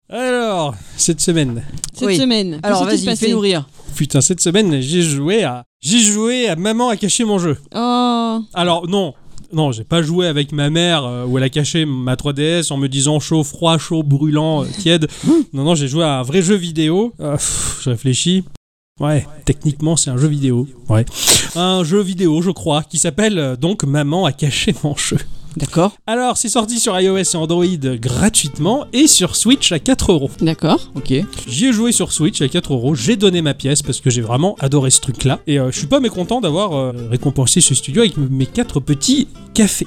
S2: Alors, cette semaine,
S3: Cette
S4: Oui.
S3: semaine. que
S4: Alors
S3: s'est-il
S4: vas-y,
S3: passé
S4: fais-nous rire.
S2: putain, cette semaine, j'ai joué à, j'ai joué à maman a caché mon jeu.
S3: Oh,
S2: Alors non, non, j'ai pas joué avec ma mère euh, où elle a caché ma 3DS en me disant chaud, froid, chaud, brûlant, euh, tiède. non, non, j'ai joué à un vrai jeu vidéo. Euh, pff, je réfléchis. Ouais, techniquement c'est un jeu vidéo. Ouais. Un jeu vidéo, je crois, qui s'appelle euh, donc Maman a caché mon jeu.
S4: D'accord.
S2: Alors, c'est sorti sur iOS et Android gratuitement et sur Switch à 4 euros.
S3: d'accord.
S4: Ok.
S2: J'y ai joué sur Switch à 4 euros, j'ai donné ma pièce parce que j'ai vraiment adoré ce truc-là. Et euh, je suis pas mécontent d'avoir euh, récompensé ce studio avec mes quatre petits cafés.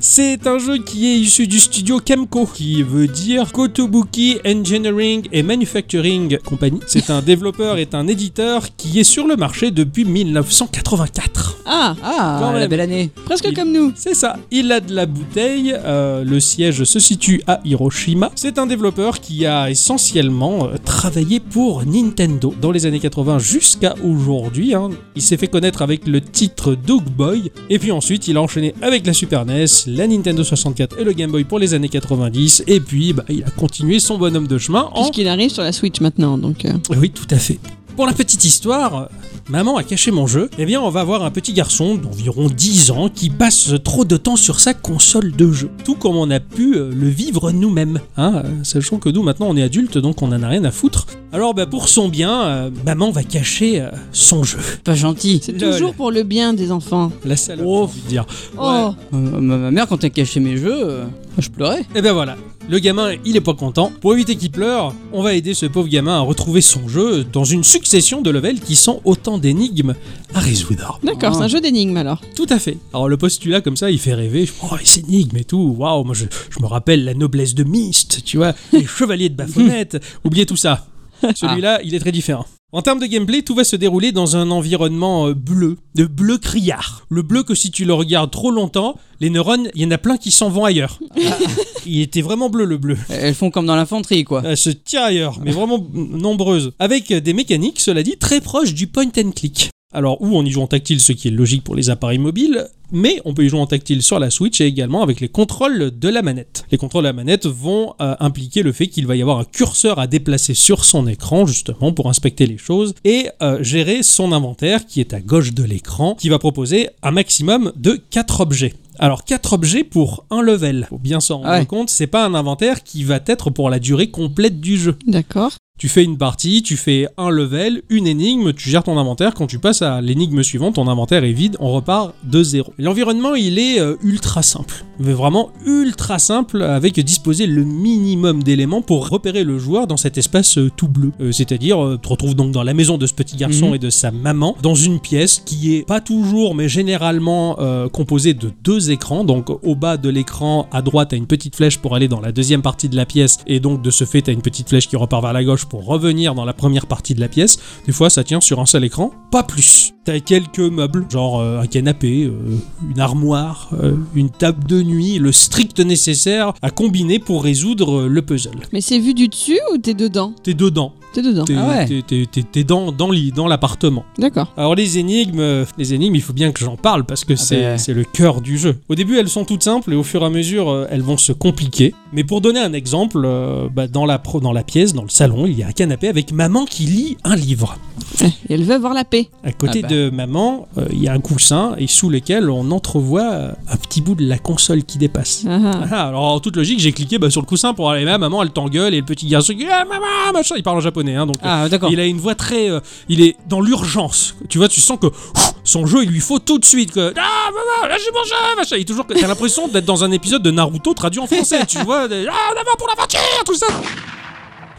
S2: C'est un jeu qui est issu du studio Camco, qui veut dire Kotobuki Engineering and Manufacturing Company. C'est un développeur et un éditeur qui est sur le marché depuis 1984.
S3: Ah,
S4: Ah,
S2: Quand
S4: la
S2: même.
S4: belle année.
S3: presque
S2: Il-
S3: comme nous.
S2: C'est ça, il a de la bouteille, euh, le siège se situe à Hiroshima. C'est un développeur qui a essentiellement euh, travaillé pour Nintendo dans les années 80 jusqu'à aujourd'hui. hein. Il s'est fait connaître avec le titre Dog Boy, et puis ensuite il a enchaîné avec la Super NES, la Nintendo 64 et le Game Boy pour les années 90, et puis bah, il a continué son bonhomme de chemin en...
S3: Puisqu'il arrive sur la Switch maintenant, donc. euh,
S2: Oui, tout à fait. Pour la petite histoire, euh, maman a caché mon jeu. Eh bien, on va voir un petit garçon d'environ 10 ans qui passe trop de temps sur sa console de jeu. Tout comme on a pu euh, le vivre nous-mêmes. hein, euh, sachant que nous, maintenant, on est adultes, donc on en a rien à foutre. Alors, bah, pour son bien, euh, maman va cacher euh, son jeu. [LAUGHS]
S4: Pas gentil.
S3: C'est
S2: Lol.
S3: toujours pour le bien des enfants.
S2: La salope,
S4: Oh.
S2: j'ai envie de dire.
S3: Oh,
S4: Euh, ma, ma mère, quand elle cachait mes jeux, euh, je pleurais.
S2: Et ben voilà, le gamin, il est pas content. Pour éviter qu'il pleure, on va aider ce pauvre gamin à retrouver son jeu dans une succession de levels qui sont autant d'énigmes à résoudre.
S3: d'accord,
S4: Ah.
S3: c'est un jeu d'énigmes alors.
S2: Tout à fait. Alors le postulat comme ça, il fait rêver. Je- Oh, les énigmes et tout. Waouh, moi je, je me rappelle la noblesse de Myst, tu vois, les chevaliers de Baphomet. Oubliez tout ça. Celui-là, il est très différent. En termes de gameplay, tout va se dérouler dans un environnement euh, bleu, de bleu criard. Le bleu que si tu le regardes trop longtemps, les neurones, il y en a plein qui s'en vont ailleurs. il était vraiment bleu le bleu.
S4: Elles font comme dans l'infanterie, quoi.
S2: Elles Euh, se tirent ailleurs, mais vraiment m- nombreuses. Avec des mécaniques, cela dit, très proches du point and click. Alors, ou on y joue en tactile, ce qui est logique pour les appareils mobiles, mais on peut y jouer en tactile sur la Switch et également avec les contrôles de la manette. Les contrôles de la manette vont euh, impliquer le fait qu'il va y avoir un curseur à déplacer sur son écran, justement, pour inspecter les choses, et euh, gérer son inventaire qui est à gauche de l'écran, qui va proposer un maximum de 4 objets. Alors 4 objets pour un level. Faut bien s'en rendre
S4: Ouais.
S2: compte, c'est pas un inventaire qui va être pour la durée complète du jeu.
S3: D'accord.
S2: Tu fais une partie, tu fais un level, une énigme, tu gères ton inventaire. Quand tu passes à l'énigme suivante, ton inventaire est vide, on repart de zéro. L'environnement, il est euh, ultra simple. Mais vraiment ultra simple, avec disposer le minimum d'éléments pour repérer le joueur dans cet espace euh, tout bleu. Euh, C'est-à-dire, euh, tu te retrouves donc dans la maison de ce petit garçon
S4: Mhm.
S2: et de sa maman, dans une pièce qui est pas toujours, mais généralement euh, composée de deux écrans. Donc au bas de l'écran, à droite, t'as une petite flèche pour aller dans la deuxième partie de la pièce, et donc de ce fait, t'as une petite flèche qui repart vers la gauche pour revenir dans la première partie de la pièce. Des fois, ça tient sur un seul écran, pas plus. T'as quelques meubles, genre euh, un canapé, euh, une armoire, euh, une table de nuit, le strict nécessaire à combiner pour résoudre euh, le puzzle.
S3: Mais c'est vu du dessus ou t'es dedans
S2: T'es dedans,
S3: T'es dedans.
S2: t'es
S4: Ah ouais.
S2: t'es- t'es- t'es- t'es dans, dans l'île, dans l'appartement.
S3: D'accord.
S2: Alors les énigmes, euh, les énigmes, il faut bien que j'en parle parce que c'est
S4: ben.
S2: c'est le cœur du jeu. Au début, elles sont toutes simples et au fur et à mesure, euh, elles vont se compliquer. Mais pour donner un exemple, euh, bah, dans, la pro- dans la pièce, dans le salon, il y a un canapé avec maman qui lit un livre.
S3: Eh, Et elle veut avoir la paix.
S2: À côté
S4: Ah bah.
S2: de maman, euh, il y a un coussin et sous lequel on entrevoit euh, un petit bout de la console qui dépasse.
S3: Ah, ah.
S2: Ah, alors en toute logique, j'ai cliqué bah, sur le coussin pour aller là, maman, elle t'engueule et le petit garçon qui dit ah, maman, machin, il parle en japonais, hein, donc euh,
S4: Ah, d'accord.
S2: il a une voix très. euh, il est dans l'urgence. Tu vois, tu sens que pff, son jeu, il lui faut tout de suite. Que, ah, maman, là, j'ai mon jeu, machin. Il est toujours. T'as l'impression d'être dans un épisode de Naruto traduit en français, tu vois. des- Ah, en avant pour l'aventure, tout ça.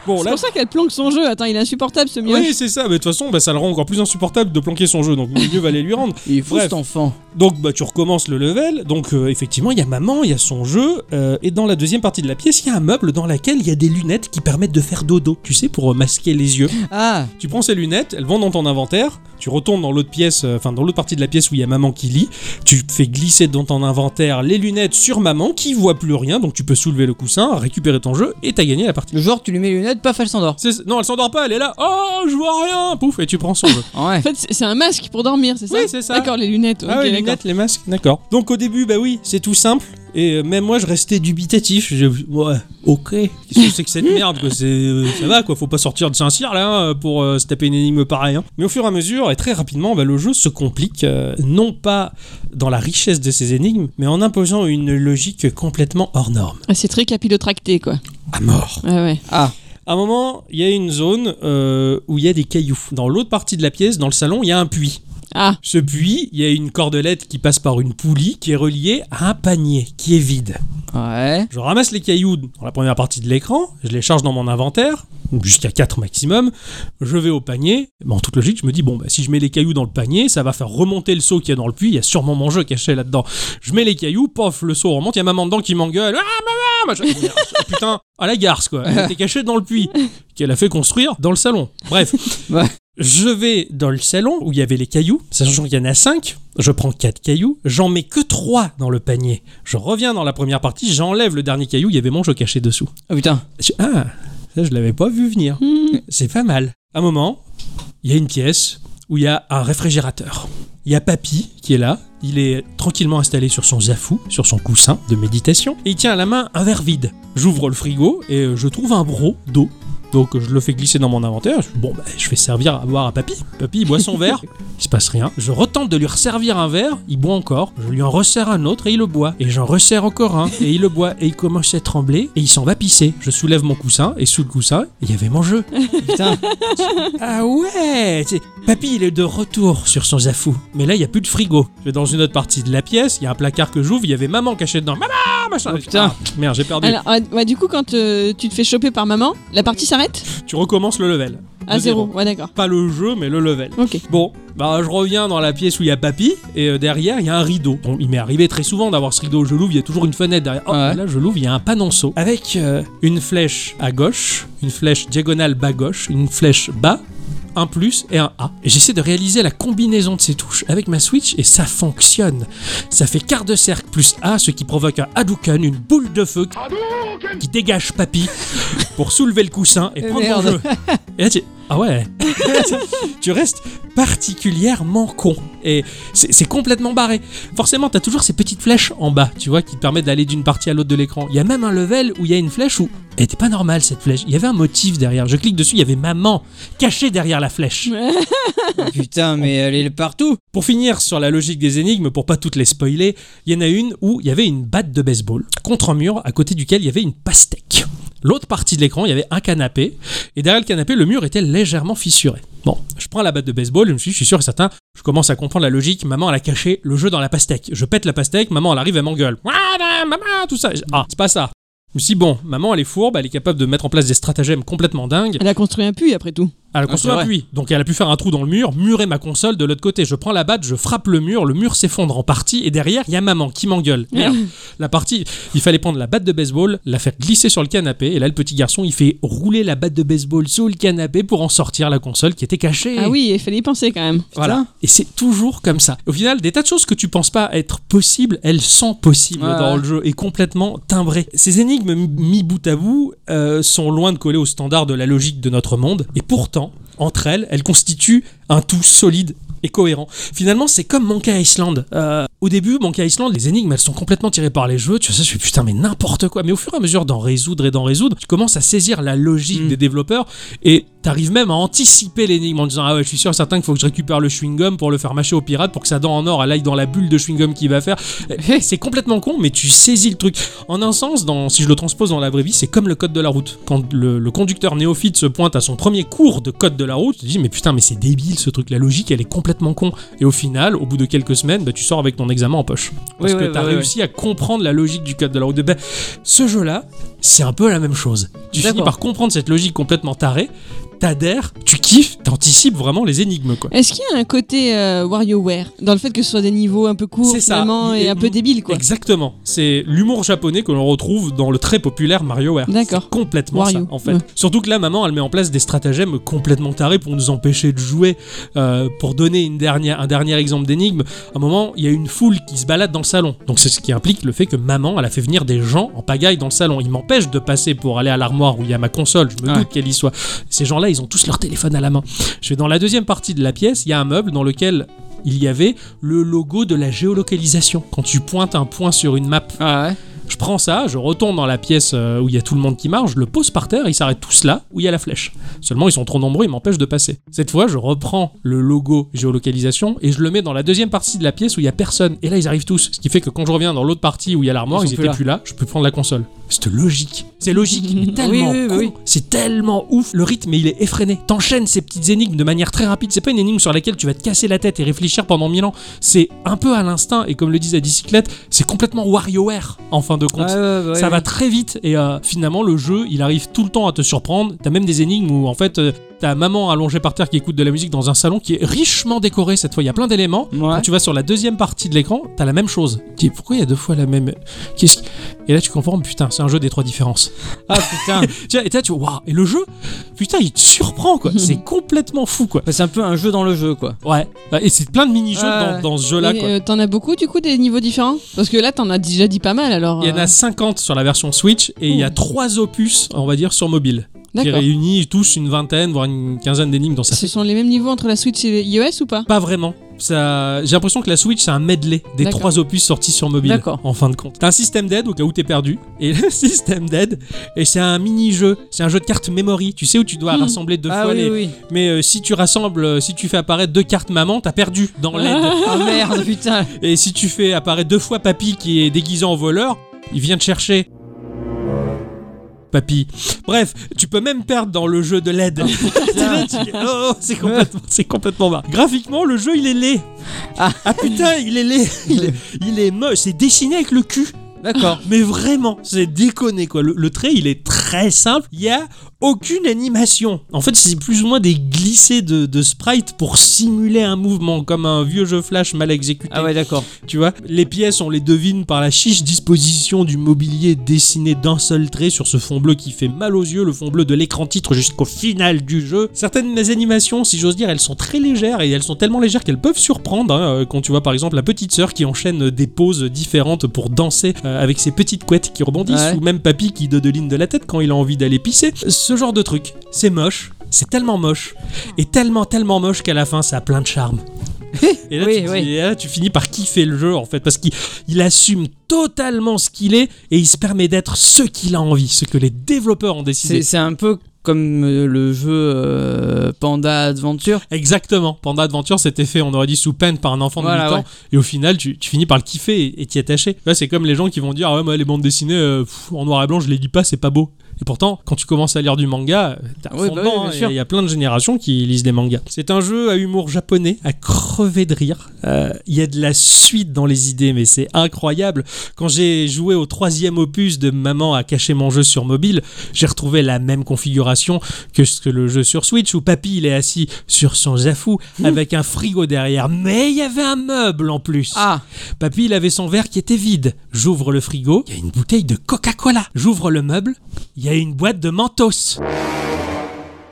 S2: Bon,
S3: C'est
S2: là,
S3: pour ça qu'elle planque son jeu. Attends, il est insupportable ce mioche.
S2: oui, c'est ça. Mais de toute façon, bah, ça le rend encore plus insupportable de planquer son jeu. Donc, mieux valait lui rendre.
S4: Il est fou
S2: Bref.
S4: cet enfant.
S2: Donc, bah, tu recommences le level. Donc, euh, effectivement, il y a maman, il y a son jeu. euh, et dans la deuxième partie de la pièce, il y a un meuble dans laquelle il y a des lunettes qui permettent de faire dodo. Tu sais, pour euh, masquer les yeux.
S4: Ah,
S2: Tu prends ces lunettes, elles vont dans ton inventaire, tu retournes dans l'autre pièce, euh, enfin dans l'autre partie de la pièce où il y a maman qui lit, tu fais glisser dans ton inventaire les lunettes sur maman qui voit plus rien, donc tu peux soulever le coussin, récupérer ton jeu et t'as gagné la partie.
S4: le genre, tu lui mets les lunettes, paf, elle s'endort.
S2: C'est- Non, elle s'endort pas, elle est là, oh je vois rien, pouf, et tu prends son jeu.
S4: Ah Ouais. [LAUGHS]
S3: En fait, c'est- c'est un masque pour dormir, c'est ça
S2: Oui, c'est ça.
S3: D'accord, les lunettes.
S2: Ah
S3: ok,
S2: ouais, les
S3: d'accord.
S2: lunettes, les masques, d'accord. Donc au début, bah oui, c'est tout simple. Et euh, même moi, je restais dubitatif. Je- Ouais, ok. Qu'est-ce que c'est que cette merde quoi C'est, euh, Ça va, quoi. Faut pas sortir de Saint-Cyr, là, hein, pour euh, se taper une énigme pareille. hein. Mais au fur et à mesure, et très rapidement, bah, le jeu se complique, euh, non pas dans la richesse de ses énigmes, mais en imposant une logique complètement hors norme.
S3: Ah, c'est très capillotracté, quoi.
S2: À mort.
S3: Ouais, ouais.
S4: Ah,
S2: À un moment, il y a une zone euh, où il y a des cailloux. Dans l'autre partie de la pièce, dans le salon, il y a un puits.
S3: Ah,
S2: Ce puits, il y a une cordelette qui passe par une poulie qui est reliée à un panier qui est vide.
S4: ouais.
S2: Je ramasse les cailloux dans la première partie de l'écran, je les charge dans mon inventaire, jusqu'à 4 maximum, je vais au panier, Bon, en toute logique je me dis, bon, bah, si je mets les cailloux dans le panier, ça va faire remonter le seau qu'il y a dans le puits, il y a sûrement mon jeu caché là-dedans. Je mets les cailloux, pof, le seau remonte, il y a maman dedans qui m'engueule, ah maman, machin. Merde, putain, à la garce quoi, elle était cachée dans le puits, qu'elle a fait construire dans le salon. Bref.
S4: Ouais.
S2: Je vais dans le salon où il y avait les cailloux, sachant qu'il y en a 5, je prends 4 cailloux, j'en mets que 3 dans le panier. Je reviens dans la première partie, j'enlève le dernier caillou, il y avait mon jeu caché dessous.
S4: Ah putain.
S2: Je- Ah, ça je l'avais pas vu venir. C'est pas mal. un moment, il y a une pièce où il y a un réfrigérateur. Il y a Papy qui est là. Il est tranquillement installé sur son zafou, sur son coussin de méditation. Et il tient à la main un verre vide. J'ouvre le frigo et euh, je trouve un bro d'eau. Donc euh, je le fais glisser dans mon inventaire. Je, bon, bah, je vais servir à boire à Papy. Papy, il boit son verre. Il se passe rien. Je retente de lui resservir un verre. Il boit encore. Je lui en resserre un autre et il le boit. Et j'en resserre encore un et il le boit. Et il commence à trembler et il s'en va pisser. Je soulève mon coussin et sous le coussin, il y avait mon jeu.
S4: [LAUGHS] Putain.
S2: Ah ouais c'est- Papy, il est de retour sur son zafou. Mais là, il n'y a plus de frigo. Je vais dans une autre partie de la pièce, il y a un placard que j'ouvre, il y avait maman cachée dedans. Maman Machin
S4: Oh, putain.
S2: Ah, Merde, j'ai perdu.
S3: alors, ouais, ouais, du coup, quand euh, tu te fais choper par maman, la partie s'arrête
S2: Tu recommences le level.
S3: À
S2: De
S3: zéro. Ouais, d'accord.
S2: Pas le jeu, mais le level. [LAUGHS]
S3: Ok.
S2: Bon, bah je reviens dans la pièce où il y a papy, et euh, derrière il y a un rideau. Bon, il m'est arrivé très souvent d'avoir ce rideau, je l'ouvre, il y a toujours une fenêtre derrière. Oh,
S4: Ouais.
S2: là je l'ouvre, il y a un panonceau. Avec euh, une flèche à gauche, une flèche diagonale bas gauche, une flèche bas, un plus et un A. Et j'essaie de réaliser la combinaison de ces touches avec ma Switch, et ça fonctionne. Ça fait quart de cercle plus A, ce qui provoque un Hadouken, une boule de feu qui dégage papy pour soulever le coussin et
S4: Eh
S2: prendre mon
S4: merde.
S2: jeu. Et là tu... Ah ouais [LAUGHS] Tu restes particulièrement con. Et c'est c'est complètement barré. Forcément, t'as toujours ces petites flèches en bas, tu vois, qui te permettent d'aller d'une partie à l'autre de l'écran. Il y a même un level où il y a une flèche où... Elle était pas normale cette flèche. Il y avait un motif derrière. Je clique dessus, il y avait maman cachée derrière la flèche.
S4: Putain, mais elle est partout.
S2: Pour finir sur la logique des énigmes, pour pas toutes les spoiler, il y en a une où il y avait une batte de baseball contre un mur à côté duquel il y avait une pastèque. L'autre partie de l'écran, il y avait un canapé, et derrière le canapé, le mur était légèrement fissuré. Bon, je prends la batte de baseball, je me suis, dit, je suis sûr et certain, je commence à comprendre la logique, maman elle a caché le jeu dans la pastèque. Je pète la pastèque, maman elle arrive, elle m'engueule. Voilà, maman, tout ça. Ah, c'est pas ça. Je me suis dit, bon, maman elle est fourbe, elle est capable de mettre en place des stratagèmes complètement dingues.
S3: Elle a construit un puits après tout.
S2: Elle a
S4: Ah,
S2: construit
S4: c'est
S2: un
S4: vrai.
S2: puits, donc elle a pu faire un trou dans le mur, murer ma console de l'autre côté. Je prends la batte, je frappe le mur, le mur s'effondre en partie, et derrière, il y a maman
S3: [LAUGHS]
S2: qui m'engueule. Merde. la partie, il fallait prendre la batte de baseball, la faire glisser sur le canapé, et là, le petit garçon, il fait rouler la batte de baseball sous le canapé pour en sortir la console qui était cachée.
S3: Ah oui, il fallait y penser quand même.
S2: Voilà. Et c'est toujours comme ça. Au final, des tas de choses que tu penses pas être possibles, elles sont possibles
S4: Ouais,
S2: dans
S4: ouais.
S2: le jeu et complètement timbrées. Ces énigmes mi- mis bout à bout euh, sont loin de coller au standard de la logique de notre monde. Et pourtant, entre elles, elles constituent un tout solide et cohérent. Finalement, c'est comme Monkey Island. Euh, au début, Monkey Island, les énigmes, elles sont complètement tirées par les jeux. Tu vois, ça, je suis putain, mais n'importe quoi. Mais au fur et à mesure d'en résoudre et d'en résoudre, tu commences à saisir la logique
S4: Mm.
S2: des développeurs et t'arrives même à anticiper l'énigme en disant Ah ouais, je suis sûr, certain qu'il faut que je récupère le chewing-gum pour le faire mâcher au pirate pour que sa dent en or elle aille dans la bulle de chewing-gum qu'il va faire. Euh, c'est complètement con, mais tu saisis le truc. En un sens, dans, si je le transpose dans la vraie vie, c'est comme le code de la route. Quand le, le conducteur néophyte se pointe à son premier cours de code de la route, tu te dis Mais putain, mais c'est débile ce truc. La logique, elle est complètement con. Et au final, au bout de quelques semaines, bah, tu sors avec ton examen en poche. Parce
S4: Oui,
S2: que
S4: oui,
S2: t'as
S4: oui,
S2: réussi à comprendre la logique du code de la route. Ben, ce jeu-là, c'est un peu la même chose. Tu finis
S4: D'accord.
S2: par comprendre cette logique complètement tarée, t'adhères, tu kiffes, t'anticipes vraiment les énigmes, quoi.
S3: Est-ce qu'il y a un côté euh, WarioWare dans le fait que ce soit des niveaux un peu courts
S2: C'est ça.
S3: finalement
S2: Il
S3: et
S2: est-
S3: un peu débiles quoi
S2: Exactement. C'est l'humour japonais que l'on retrouve dans le très populaire MarioWare.
S3: D'accord.
S2: C'est Complètement
S3: Wario.
S2: ça, en fait.
S3: Ouais.
S2: Surtout que là, maman, elle met en place des stratagèmes complètement tarés pour nous empêcher de jouer. Euh, pour donner une dernière, un dernier exemple d'énigme, à un moment, il y a une foule qui se balade dans le salon. Donc c'est ce qui implique le fait que maman, elle a fait venir des gens en pagaille dans le salon. Ils m'empêchent de passer pour aller à l'armoire où il y a ma console. Je me
S4: Ouais.
S2: doute qu'elle y soit. Ces gens-là, ils ont tous leur téléphone à la main. Je vais dans la deuxième partie de la pièce, il y a un meuble dans lequel il y avait le logo de la géolocalisation. Quand tu pointes un point sur une map,
S4: Ah ouais.
S2: je prends ça, je retourne dans la pièce euh, où il y a tout le monde qui marche, je le pose par terre, ils s'arrêtent tous là où il y a la flèche. Seulement, ils sont trop nombreux, ils m'empêchent de passer. Cette fois, je reprends le logo géolocalisation et je le mets dans la deuxième partie de la pièce où il y a personne. Et là, ils arrivent tous. Ce qui fait que quand je reviens dans l'autre partie où il y a l'armoire,
S4: Ils
S2: ils,
S4: sont
S2: étaient
S4: plus là.
S2: plus là, je peux prendre la console. C'est logique. C'est logique, mais
S4: [LAUGHS] Oui,
S2: tellement
S4: oui, oui,
S2: con.
S4: oui.
S2: C'est tellement ouf. Le rythme, il est effréné. T'enchaînes ces petites énigmes de manière très rapide. C'est pas une énigme sur laquelle tu vas te casser la tête et réfléchir pendant mille ans. C'est un peu à l'instinct. Et comme le disait Dicyclette, c'est complètement WarioWare en fin de compte.
S4: Ouais, ouais, ouais,
S2: ça
S4: ouais.
S2: va très vite et euh, finalement le jeu il arrive tout le temps à te surprendre. T'as même des énigmes où en fait euh, t'as maman allongée par terre qui écoute de la musique dans un salon qui est richement décoré cette fois. Il y a plein d'éléments. Quand
S4: Ouais.
S2: tu vas sur la deuxième partie de l'écran, t'as la même chose. Tu dis pourquoi il y a deux fois la même. Qu'est-ce qui- Et là tu comprends putain c'est un jeu des trois différences.
S4: Ah putain.
S2: [LAUGHS] Tu vois, et là, tu vois, waouh, et le jeu, putain, il te surprend,
S4: [LAUGHS]
S2: quoi. c'est complètement fou, quoi.
S4: Bah, c'est un peu un jeu dans le jeu quoi.
S2: Ouais, et c'est plein de mini-jeux
S4: Ouais.
S2: dans, dans ce jeu-là,
S3: Et,
S2: quoi.
S3: euh, T'en as beaucoup du coup des niveaux différents Parce que là t'en as déjà dit pas mal alors.
S2: Il y en
S3: euh,
S2: a 50 sur la version Switch et il y a
S3: Ouh.
S2: trois opus, on va dire, sur mobile, qui
S3: D'accord.
S2: réunit tous une vingtaine, voire une quinzaine d'énigmes dans ça.
S3: Ce sont les mêmes niveaux entre la Switch et iOS ou pas
S2: Pas vraiment. Ça, j'ai l'impression que la Switch c'est un medley des
S3: D'accord.
S2: trois opus sortis sur mobile.
S4: D'accord.
S2: En fin de compte, t'as un système d'aide au cas où t'es perdu et [LAUGHS] le système d'aide et c'est un mini jeu, c'est un jeu de cartes memory. Tu sais où tu dois
S3: Hmm.
S2: rassembler deux
S4: ah
S2: fois
S4: oui,
S2: les,
S4: oui.
S2: Mais euh, si tu rassembles, euh, si tu fais apparaître deux cartes maman, t'as perdu dans l'aide.
S4: [LAUGHS] Ah merde putain.
S2: Et si tu fais apparaître deux fois papy qui est déguisé en voleur, il vient te chercher. Papy. Bref, tu peux même perdre dans le jeu de l'aide.
S4: Oh,
S2: T'es là, [LAUGHS] tu dis, oh, c'est complètement, c'est complètement bas. Graphiquement, le jeu il est laid.
S4: Ah.
S2: ah putain, il est
S4: [LAUGHS]
S2: laid. Il est, il est moche. C'est dessiné avec le cul.
S4: D'accord.
S2: Mais vraiment, c'est déconné quoi. Le, le trait, il est très simple. Il y a aucune animation. En fait, c'est plus ou moins des glissés de, de sprite pour simuler un mouvement, comme un vieux jeu flash mal exécuté.
S4: Ah ouais d'accord.
S2: Tu vois, les pièces, on les devine par la chiche disposition du mobilier dessiné d'un seul trait sur ce fond bleu qui fait mal aux yeux, le fond bleu de l'écran titre jusqu'au final du jeu. Certaines de mes animations, si j'ose dire, elles sont très légères et elles sont tellement légères qu'elles peuvent surprendre. hein, quand tu vois par exemple la petite sœur qui enchaîne des poses différentes pour danser euh, avec ses petites couettes qui rebondissent,
S4: Ouais.
S2: ou même papy qui dodeline de la tête quand il a envie d'aller pisser. Ce genre de truc, c'est moche. C'est tellement moche et tellement tellement moche qu'à la fin ça a plein de charme.
S4: [LAUGHS]
S2: Et là,
S4: Oui,
S2: tu te dis,
S4: oui.
S2: et là, tu finis par kiffer le jeu en fait, parce qu'il il assume totalement ce qu'il est et il se permet d'être ce qu'il a envie, ce que les développeurs ont
S4: C'est
S2: décidé.
S4: c'est un peu comme euh, le jeu euh, Panda Adventure.
S2: Exactement, Panda Adventure, c'était fait, on aurait dit sous peine par un enfant de
S4: Voilà,
S2: 8 ans,
S4: ouais.
S2: et au final, tu, tu finis par le kiffer et- et t'y attacher. Tu vois, c'est comme les gens qui vont dire, ah ouais, moi, les bandes dessinées euh, pff, en noir et blanc, je les lis pas, c'est pas beau. Et pourtant, quand tu commences à lire du manga, euh, t'as un
S4: Oui, bah
S2: fondement,
S4: oui, bien
S2: hein,
S4: sûr.
S2: il y a plein de générations qui lisent des mangas. C'est un jeu à humour japonais, à crever de rire. Euh, Il y a de la suite dans les idées, mais c'est incroyable. Quand j'ai joué au troisième opus de Maman a caché mon jeu sur mobile, j'ai retrouvé la même configuration que ce que le jeu sur Switch où Papy il est assis sur son zafou avec un frigo derrière, mais il y avait un meuble en plus.
S4: Ah
S2: Papy, il avait son verre qui était vide. J'ouvre le frigo, il y a une bouteille de Coca-Cola. J'ouvre le meuble, il y a une boîte de Mentos.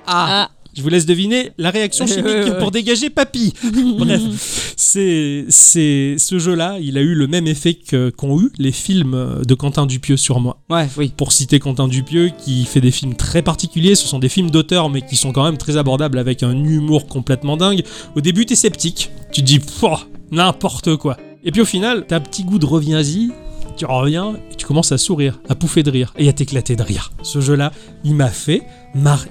S4: ah.
S3: Ah,
S2: Je vous laisse deviner la réaction
S4: Ouais,
S2: chimique
S4: ouais, ouais.
S2: pour dégager papy. Bref, c'est c'est ce jeu-là, il a eu le même effet que- qu'ont eu les films de Quentin Dupieux sur moi.
S4: Ouais oui.
S2: Pour citer Quentin Dupieux, qui fait des films très particuliers, ce sont des films d'auteur, mais qui sont quand même très abordables avec un humour complètement dingue. Au début, t'es sceptique, tu te dis Pouah, n'importe quoi. Et puis au final, t'as un petit goût de reviens-y, tu reviens et tu commences à sourire, à pouffer de rire et à t'éclater de rire. Ce jeu-là, il m'a fait marrer.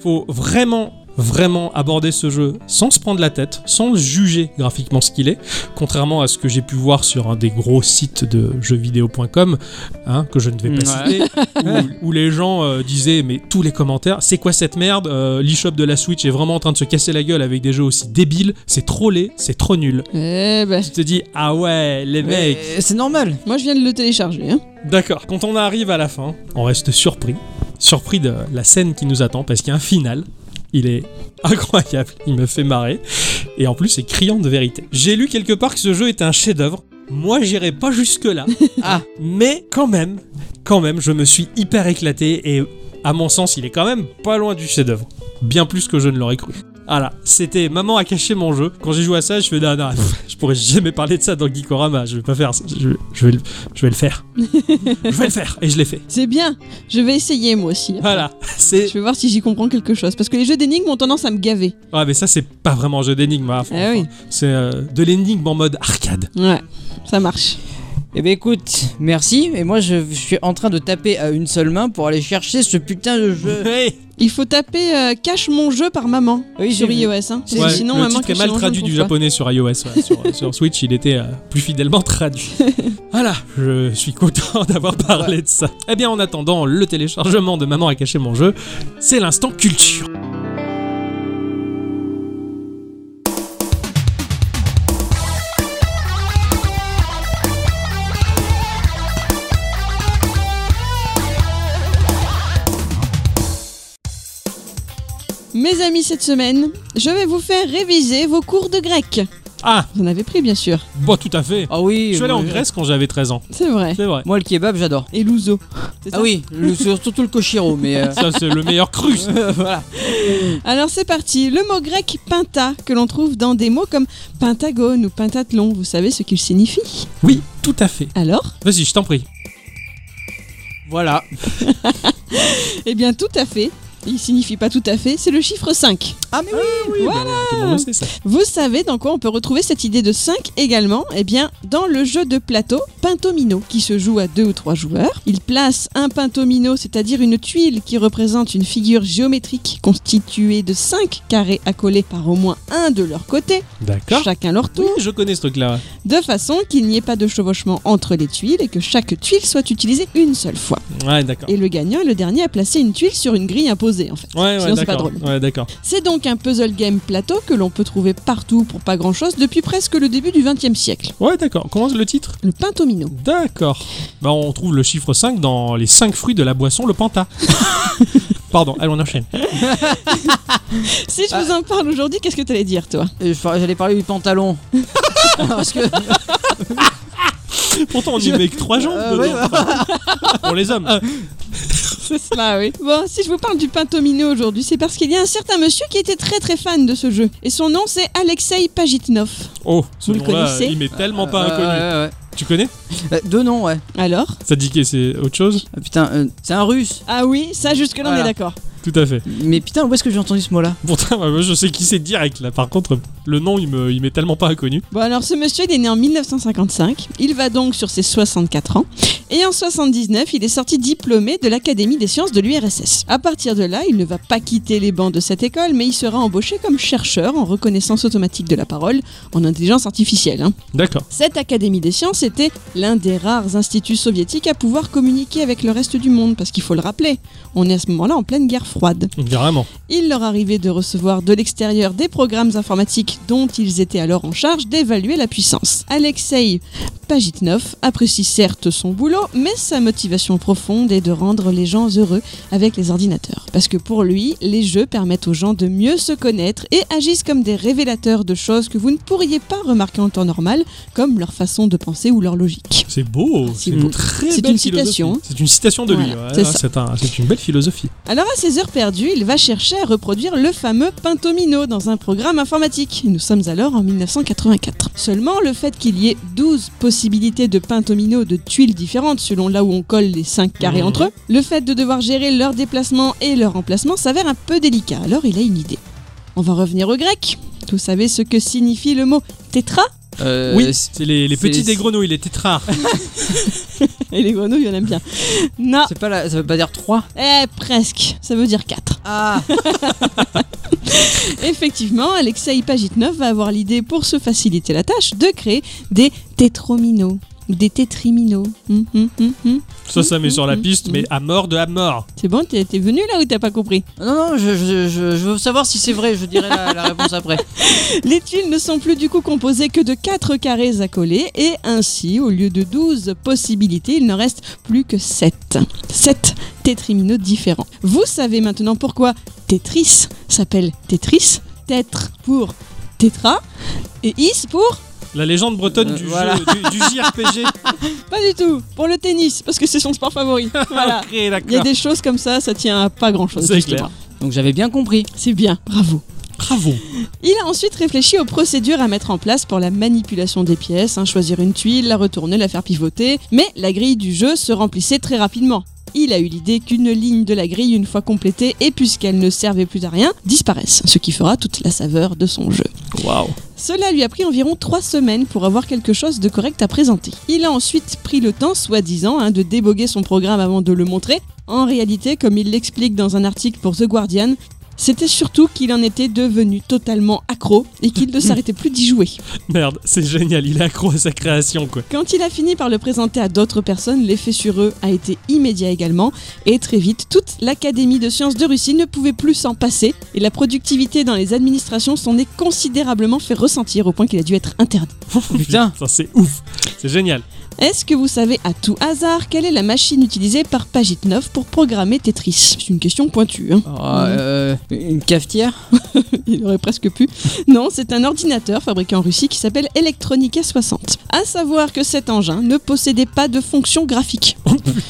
S2: Faut vraiment vraiment aborder ce jeu sans se prendre la tête, sans juger graphiquement ce qu'il est, contrairement à ce que j'ai pu voir sur un des gros sites de jeuxvideo.com, hein, que je ne vais pas
S4: Hmm. Ouais.
S2: citer, où, où les gens euh, disaient mais tous les commentaires, c'est quoi cette merde Euh, L'eShop de la Switch est vraiment en train de se casser la gueule avec des jeux aussi débiles, c'est trop laid, c'est trop nul.
S3: Eh ben,
S2: Tu te dis ah ouais les mecs.
S4: [LAUGHS] Mais C'est normal.
S3: moi je viens de le télécharger. Hein.
S2: D'accord. Quand on arrive à la fin, on reste surpris. Surpris de la scène qui nous attend parce qu'il y a un final. Il est [LAUGHS] incroyable, il me fait marrer. Et en plus, c'est criant de vérité. J'ai lu quelque part que ce jeu était un chef-d'œuvre. Moi, j'irai pas jusque-là.
S4: Ah.
S2: Mais quand même, quand même, je me suis hyper éclaté et à mon sens, il est quand même pas loin du chef-d'œuvre. Bien plus que je ne l'aurais cru. Voilà, c'était maman a caché mon jeu. Quand j'ai joué à ça, je fais non, non, je pourrais jamais parler de ça dans Geekorama. Je vais pas faire ça. Je, je vais, le- je vais
S3: [LAUGHS]
S2: le faire. je vais le faire et je l'ai fait.
S3: C'est bien, je vais essayer moi aussi.
S2: Voilà, c'est.
S3: Je vais voir si j'y comprends quelque chose. Parce que les jeux d'énigmes ont tendance à me gaver.
S2: Ouais, ah, mais ça, c'est pas vraiment un jeu d'énigme. hein,
S3: Ah
S2: enfin,
S3: oui.
S2: C'est euh, de l'énigme en mode arcade.
S3: Ouais, ça marche.
S4: Eh ben écoute, merci. Et moi je, je suis en train de taper à une seule main pour aller chercher ce putain de [LAUGHS] jeu.
S2: Hey
S3: Il faut taper euh, Cache mon jeu par maman
S4: Oui,
S3: sur
S4: j'ai vu.
S3: iOS. Hein.
S4: C'est-
S2: Ouais,
S3: Sinon,
S2: le
S3: maman
S2: titre est
S3: cache
S2: mal
S3: mon jeu,
S2: traduit
S3: je
S2: du
S3: trouve pas.
S2: japonais sur iOS. ouais. sur,
S3: [LAUGHS]
S2: euh, sur Switch, il était euh, plus fidèlement traduit. voilà, je suis content [LAUGHS] d'avoir parlé de ça. Eh bien, en attendant le téléchargement de Maman a caché mon jeu, c'est l'instant culture.
S3: Mes amis, cette semaine, je vais vous faire réviser vos cours de grec.
S2: Ah,
S3: Vous en avez pris, bien sûr.
S2: bon, tout à fait.
S4: Ah oui.
S2: Je suis allé en
S4: moi,
S2: Grèce quand j'avais 13 ans.
S3: C'est vrai.
S2: C'est vrai.
S4: Moi le kebab j'adore.
S3: Et l'ouzo. C'est
S4: Ah
S3: ça
S4: oui, le- surtout le koshiro, mais [LAUGHS] euh,
S2: Ça, c'est le
S3: [LAUGHS]
S2: meilleur cruce.
S4: [LAUGHS] voilà.
S3: Alors c'est parti, le mot grec pinta, que l'on trouve dans des mots comme pentagone ou pentathlon, vous savez ce qu'il signifie
S2: Oui, tout à fait.
S3: Alors
S2: Vas-y, je t'en prie.
S4: Voilà.
S3: Eh bien tout à fait, il signifie pas tout à fait, c'est le chiffre 5.
S4: Ah mais oui.
S2: Voilà. tout le monde sait ça.
S3: Vous savez dans quoi on peut retrouver cette idée de 5 également Eh bien dans le jeu de plateau Pintomino, qui se joue à deux ou trois joueurs. Il place un Pintomino, c'est-à-dire une tuile qui représente une figure géométrique constituée de 5 carrés accolés par au moins un de leur côté,
S2: D'accord.
S3: chacun leur tour.
S2: Oui, je connais ce truc-là.
S3: de façon qu'il n'y ait pas de chevauchement entre les tuiles et que chaque tuile soit utilisée une seule fois.
S2: Ouais, d'accord.
S3: Et le gagnant est le dernier à placer une tuile sur une grille imposée en fait.
S2: Ouais, ouais,
S3: Sinon, c'est pas
S2: d'accord.
S3: drôle.
S2: Ouais, d'accord.
S3: C'est donc un puzzle game plateau que l'on peut trouver partout pour pas grand chose depuis presque le début du XXe siècle.
S2: Ouais, d'accord. Comment le titre
S3: Le Pintomino.
S2: D'accord. Bah, on trouve le chiffre 5 dans les 5 fruits de la boisson, le [LAUGHS] panta. Pardon, allez, on enchaîne.
S3: Si je vous en parle aujourd'hui, qu'est-ce que t'allais dire toi
S4: Euh, je- J'allais parler du [LAUGHS] pantalon. Parce que
S2: Pourtant, on y met que 3 jambes
S4: Euh,
S2: dedans.
S4: ouais, ouais.
S3: bah.
S2: Enfin, pour les hommes.
S3: C'est cela, oui. Bon, si je vous parle du Pintomino aujourd'hui, c'est parce qu'il y a un certain monsieur qui était très très fan de ce jeu. Et son nom c'est Alexei Pajitnov.
S2: Oh, ce
S3: Vous le
S2: nom-là,
S3: connaissez
S2: il m'est tellement pas
S4: Euh,
S2: inconnu.
S4: ouais,
S2: Tu connais
S4: ouais, ouais. Euh, Deux noms, ouais.
S3: Alors
S2: Ça dit que c'est autre chose
S4: Ah, putain, euh, c'est un russe.
S3: Ah oui, ça jusque-là on
S4: Voilà.
S3: est d'accord.
S2: Tout à fait.
S4: Mais putain, où est-ce que j'ai entendu ce mot-là
S2: Pourtant, bah, moi, je sais qui c'est direct là. Par contre, le nom, il me- il m'est tellement pas inconnu.
S3: Bon alors ce monsieur il est né en 1955, il va donc sur ses 64 ans et en 79 il est sorti diplômé de l'Académie des sciences de l'URSS. À partir de là il ne va pas quitter les bancs de cette école mais il sera embauché comme chercheur en reconnaissance automatique de la parole en intelligence artificielle. hein.
S2: D'accord.
S3: Cette Académie des sciences était l'un des rares instituts soviétiques à pouvoir communiquer avec le reste du monde parce qu'il faut le rappeler, on est à ce moment-là en pleine guerre froide.
S2: Vraiment.
S3: Il leur arrivait de recevoir de l'extérieur des programmes informatiques dont ils étaient alors en charge d'évaluer la puissance. Alexei Pajitnov apprécie certes son boulot, mais sa motivation profonde est de rendre les gens heureux avec les ordinateurs. Parce que pour lui, les jeux permettent aux gens de mieux se connaître et agissent comme des révélateurs de choses que vous ne pourriez pas remarquer en temps normal, comme leur façon de penser ou leur logique.
S2: C'est beau.
S3: C'est
S2: C'est une
S3: beau.
S2: très
S3: C'est
S2: belle
S3: une
S2: philosophie.
S3: citation.
S2: C'est une citation de lui.
S3: Voilà,
S2: ouais.
S3: c'est
S2: Ah,
S3: ça.
S2: c'est un- c'est une belle philosophie.
S3: Alors à ses heures perdues, il va chercher à reproduire le fameux Pintomino dans un programme informatique. Et Nous sommes alors en 1984. Seulement, le fait qu'il y ait 12 possibilités de Pintomino de tuiles différentes selon là où on colle les 5 carrés
S2: Mhm.
S3: entre eux, le fait de devoir gérer leur déplacement et leur emplacement s'avère un peu délicat. Alors il a une idée. On va revenir au grec. Vous savez ce que signifie le mot tétra [LAUGHS]
S4: Euh,
S2: oui,
S4: c'est
S2: c'est les, les
S4: c'est-
S2: petits des grenouilles, les tétrards.
S3: Et les grenouilles, on aime bien. Non,
S4: c'est pas la... ça veut pas dire trois
S3: eh presque. Ça veut dire 4.
S4: Ah
S3: Effectivement, Alexei Pagitnov va avoir l'idée, pour se faciliter la tâche, de créer des tétrominos. Des tétriminos. Hum, hum, hum, hum.
S2: Ça, ça met sur la piste, mais à mort de à mort.
S3: C'est bon, t'es t'es venu là ou t'as pas compris
S4: Non, non, je, je- je- je veux savoir si c'est vrai, je dirai la, la réponse après.
S3: Les tuiles ne sont plus du coup composées que de 4 carrés à coller et ainsi, au lieu de 12 possibilités, il ne reste plus que 7. 7 tétriminos différents. Vous savez maintenant pourquoi Tetris s'appelle Tetris, Tétre pour Tétra et Is pour
S2: La légende bretonne
S4: Euh,
S2: du
S4: voilà.
S2: jeu, du, du JRPG.
S3: pas du tout, pour le tennis parce que c'est son sport favori. Voilà. [LAUGHS]
S2: Ok,
S3: Il y a
S2: d'accord.
S3: des choses comme ça, ça tient à pas grand chose.
S2: C'est
S3: justement.
S4: Donc j'avais bien [LAUGHS] compris.
S3: C'est bien, bravo.
S2: Bravo.
S3: Il a ensuite réfléchi aux procédures à mettre en place pour la manipulation des pièces, hein, choisir une tuile, la retourner, la faire pivoter, mais la grille du jeu se remplissait très rapidement. Il a eu l'idée qu'une ligne de la grille, une fois complétée et puisqu'elle ne servait plus à rien, disparaisse, ce qui fera toute la saveur de son jeu.
S2: Waouh.
S3: Cela lui a pris environ trois semaines pour avoir quelque chose de correct à présenter. Il a ensuite pris le temps, soi-disant, hein, de déboguer son programme avant de le montrer. En réalité, comme il l'explique dans un article pour The Guardian, c'était surtout qu'il en était devenu totalement accro et qu'il ne s'arrêtait plus d'y jouer.
S2: Merde, c'est génial, il est accro à sa création, quoi.
S3: Quand il a fini par le présenter à d'autres personnes, l'effet sur eux a été immédiat également, et très vite, toute l'Académie de sciences de Russie ne pouvait plus s'en passer, et la productivité dans les administrations s'en est considérablement fait ressentir au point qu'il a dû être interdit.
S4: Putain.
S2: Ça, c'est ouf. C'est génial.
S3: Est-ce que vous savez à tout hasard quelle est la machine utilisée par Pagitnov pour programmer Tetris C'est une question pointue, hein. [LAUGHS]
S4: Alors, euh, une cafetière
S3: il aurait presque pu. Non, c'est un ordinateur fabriqué en Russie qui s'appelle Electronica 60. À savoir que cet engin ne possédait pas de fonction graphique.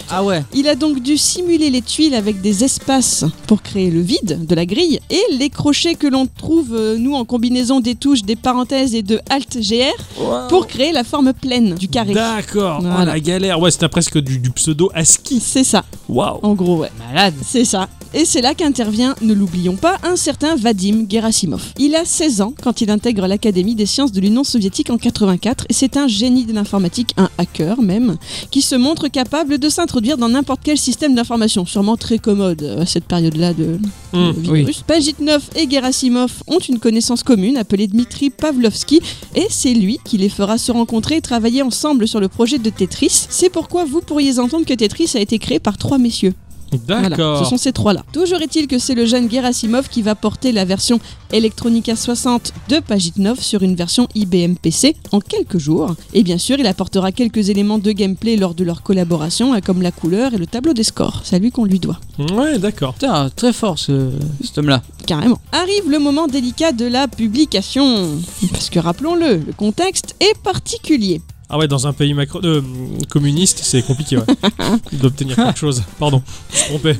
S4: Ah ouais.
S3: Il a donc dû simuler les tuiles avec des espaces pour créer le vide de la grille et les crochets que l'on trouve, euh, nous, en combinaison des touches, des parenthèses et de Alt-GR pour créer la forme pleine du carré.
S2: D'accord. Oh,
S3: Voilà.
S2: la galère. Ouais, c'était presque du, du pseudo ASCII.
S3: C'est ça,
S2: Waouh.
S3: en gros, ouais.
S4: Malade.
S3: C'est ça. Et c'est là qu'intervient, ne l'oublions pas, un certain Vadim Gerasimov. Il a 16 ans quand il intègre l'Académie des sciences de l'Union soviétique en 84 et c'est un génie de l'informatique, un hacker même, qui se montre capable de s'introduire dans n'importe quel système d'information, sûrement très commode euh, à cette période-là de,
S2: Hmm.
S3: virus.
S4: oui.
S3: Pagitnov et Gerasimov ont une connaissance commune appelée Dmitri Pavlovski et c'est lui qui les fera se rencontrer et travailler ensemble sur le projet de Tetris. C'est pourquoi vous pourriez entendre que Tetris a été créé par trois messieurs. Voilà,
S2: D'accord.
S3: ce sont ces trois-là. Toujours est-il que c'est le jeune Gerasimov qui va porter la version Electronica 60 de Pagitnov sur une version IBM PC en quelques jours. Et bien sûr, il apportera quelques éléments de gameplay lors de leur collaboration, hein, comme la couleur et le tableau des scores. C'est à lui qu'on lui doit.
S2: Ouais, d'accord.
S4: Putain, très fort ce, cet homme-là.
S3: Carrément. Arrive le moment délicat de la publication. Parce que rappelons-le, le contexte est particulier.
S2: Ah ouais, dans un pays macro euh, communiste, c'est
S3: [LAUGHS]
S2: compliqué ouais, d'obtenir quelque chose. Pardon, je suis trompé.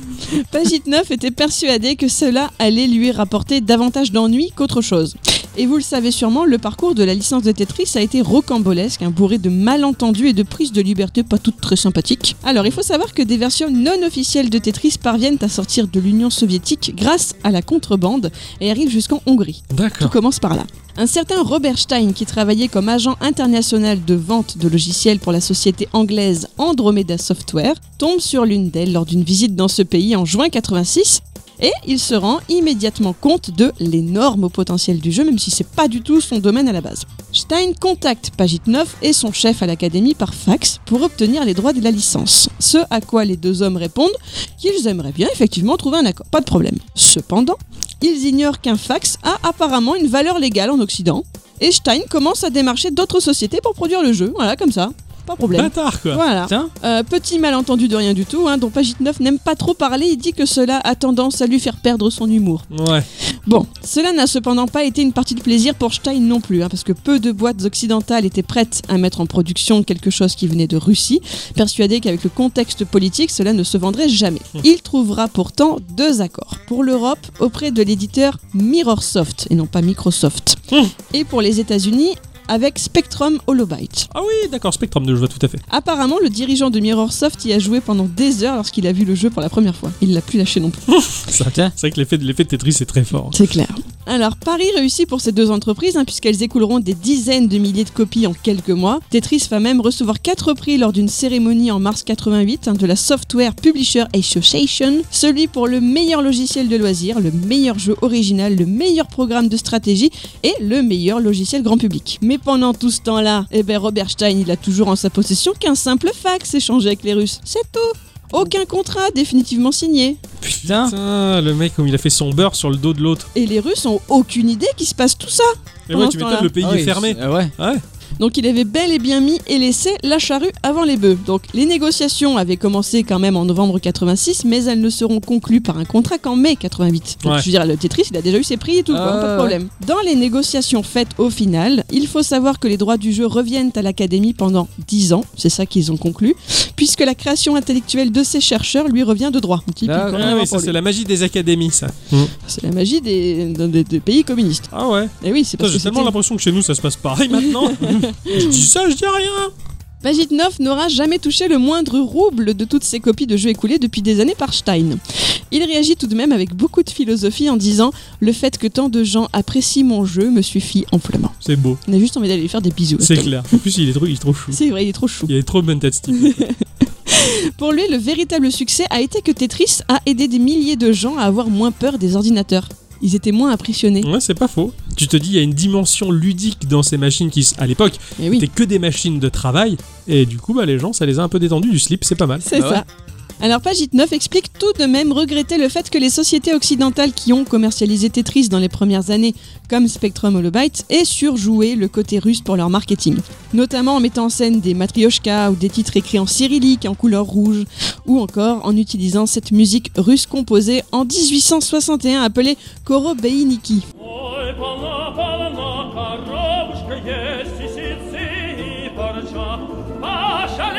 S3: Pagitnov était persuadé que cela allait lui rapporter davantage d'ennuis qu'autre chose. Et vous le savez sûrement, le parcours de la licence de Tetris a été rocambolesque, un bourré de malentendus et de prises de liberté pas toutes très sympathiques. Alors il faut savoir que des versions non officielles de Tetris parviennent à sortir de l'Union soviétique grâce à la contrebande et arrivent jusqu'en Hongrie. Tout
S2: D'accord.
S3: commence par là. Un certain Robert Stein, qui travaillait comme agent international de vente de logiciels pour la société anglaise Andromeda Software, tombe sur l'une d'elles lors d'une visite dans ce pays en juin 86. Et il se rend immédiatement compte de l'énorme potentiel du jeu, même si c'est pas du tout son domaine à la base. Stein contacte Pagitnov et son chef à l'académie par fax pour obtenir les droits de la licence. Ce à quoi les deux hommes répondent qu'ils aimeraient bien effectivement trouver un accord, pas de problème. Cependant, ils ignorent qu'un fax a apparemment une valeur légale en Occident. Et Stein commence à démarcher d'autres sociétés pour produire le jeu. Voilà, comme ça. Pas de problème.
S2: Bâtard quoi.
S3: Voilà.
S4: Putain.
S3: Euh, petit malentendu de rien du tout, hein, dont Pagitnov n'aime pas trop parler. Il dit que cela a tendance à lui faire perdre son humour.
S2: Ouais.
S3: Bon, cela n'a cependant pas été une partie de plaisir pour Stein non plus, hein, parce que peu de boîtes occidentales étaient prêtes à mettre en production quelque chose qui venait de Russie, persuadé qu'avec le contexte politique, cela ne se vendrait jamais. Il trouvera pourtant deux accords, pour l'Europe auprès de l'éditeur Mirrorsoft, et non pas Microsoft,
S2: Hmm.
S3: et pour les États-Unis avec Spectrum Holobyte.
S2: Ah oui, d'accord, Spectrum 2, je vois tout à fait.
S3: Apparemment, le dirigeant de Mirrorsoft y a joué pendant des heures lorsqu'il a vu le jeu pour la première fois. Il l'a plus lâché non plus.
S4: Putain.
S2: C'est vrai que l'effet de l'effet de Tetris est très fort.
S3: C'est clair. Alors, Paris réussit pour ces deux entreprises, hein, puisqu'elles écouleront des dizaines de milliers de copies en quelques mois. Tetris va même recevoir quatre prix lors d'une cérémonie en mars 88 hein, de la Software Publisher Association, celui pour le meilleur logiciel de loisir, le meilleur jeu original, le meilleur programme de stratégie et le meilleur logiciel grand public. Mais pendant tout ce temps-là, eh ben Robert Stein, il a toujours en sa possession qu'un simple fax échangé avec les Russes. C'est tout aucun contrat définitivement signé.
S4: Putain. Ah
S2: Putain, le mec, comme il a fait son beurre sur le dos de l'autre.
S3: Et les Russes ont aucune idée qu'il se passe tout ça.
S2: Et ouais,
S3: Pendant
S2: tu
S3: ce temps-là.
S2: m'étonnes, le pays
S4: Ah oui,
S2: est fermé.
S4: c'est- ah ouais.
S2: Ouais.
S3: Donc il avait bel et bien mis et laissé la charrue avant les bœufs. Donc les négociations avaient commencé quand même en novembre 86, mais elles ne seront conclues par un contrat qu'en mai 88. Donc
S2: Ouais. Euh,
S3: je veux dire, le Tetris, il a déjà eu ses prix et tout, quoi,
S4: Ah,
S3: pas de problème. Dans les négociations faites au final, il faut savoir que les droits du jeu reviennent à l'académie pendant 10 ans, c'est ça qu'ils ont conclu, puisque la création intellectuelle de ces chercheurs lui revient de droit. Donc, typiquement,
S4: Ah,
S2: Ah
S4: vraiment
S2: oui, ça
S4: pour
S2: c'est la magie des académies, ça.
S3: C'est la magie des, des- des- des pays communistes.
S2: Ah ouais.
S3: Et oui, c'est
S2: Putain,
S3: parce que
S2: J'ai tellement
S3: c'était-
S2: l'impression que chez nous ça se passe pareil maintenant.
S4: [LAUGHS]
S2: je dis ça, je dis rien.
S3: Magic 9 n'aura jamais touché le moindre rouble de toutes ces copies de jeux écoulées depuis des années par Stein. Il réagit tout de même avec beaucoup de philosophie en disant Le fait que tant de gens apprécient mon jeu me suffit amplement.
S2: C'est beau,
S3: On a juste envie d'aller lui faire des bisous.
S2: c'est clair. En plus, il est trop, il est trop chou.
S3: [LAUGHS] C'est vrai, il est trop chou.
S2: Il est trop bonne tête, Steve.
S3: Pour lui, le véritable succès a été que Tetris a aidé des milliers de gens à avoir moins peur des ordinateurs. Ils étaient moins impressionnés.
S2: Ouais, c'est pas faux. Tu te dis, il y a une dimension ludique dans ces machines qui, à l'époque,
S3: Et oui.
S2: n'étaient que des machines de travail. Et du coup, bah, les gens, ça les a un peu détendus du slip, c'est pas mal.
S3: C'est
S4: Ah ouais.
S3: ça. Alors Pagit 9 explique tout de même regretter le fait que les sociétés occidentales qui ont commercialisé Tetris dans les premières années, comme Spectrum Holobyte, aient surjoué le côté russe pour leur marketing. Notamment en mettant en scène des matrioshkas ou des titres écrits en cyrillique en couleur rouge, ou encore en utilisant cette musique russe composée en 1861 appelée Korobeiniki.
S1: Ой, полна, полна коробушка есть и сицы, и парча. Ваша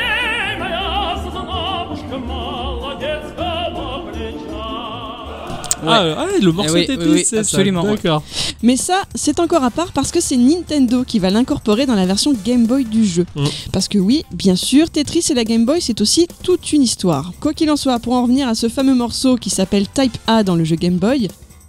S1: моя сознобушка, молодец, кого плеча.
S2: Ah, euh, ah, le morceau
S4: Eh oui,
S2: était
S4: oui, oui,
S2: c'est ça.
S4: absolument, ouais.
S2: D'accord.
S3: Mais ça, c'est encore à part parce que c'est Nintendo qui va l'incorporer dans la version Game Boy du jeu.
S2: Mm.
S3: Parce que oui, bien sûr, Tetris et la Game Boy, c'est aussi toute une histoire. Quoi qu'il en soit, pour en revenir à ce fameux morceau qui s'appelle Type A dans le jeu Game Boy,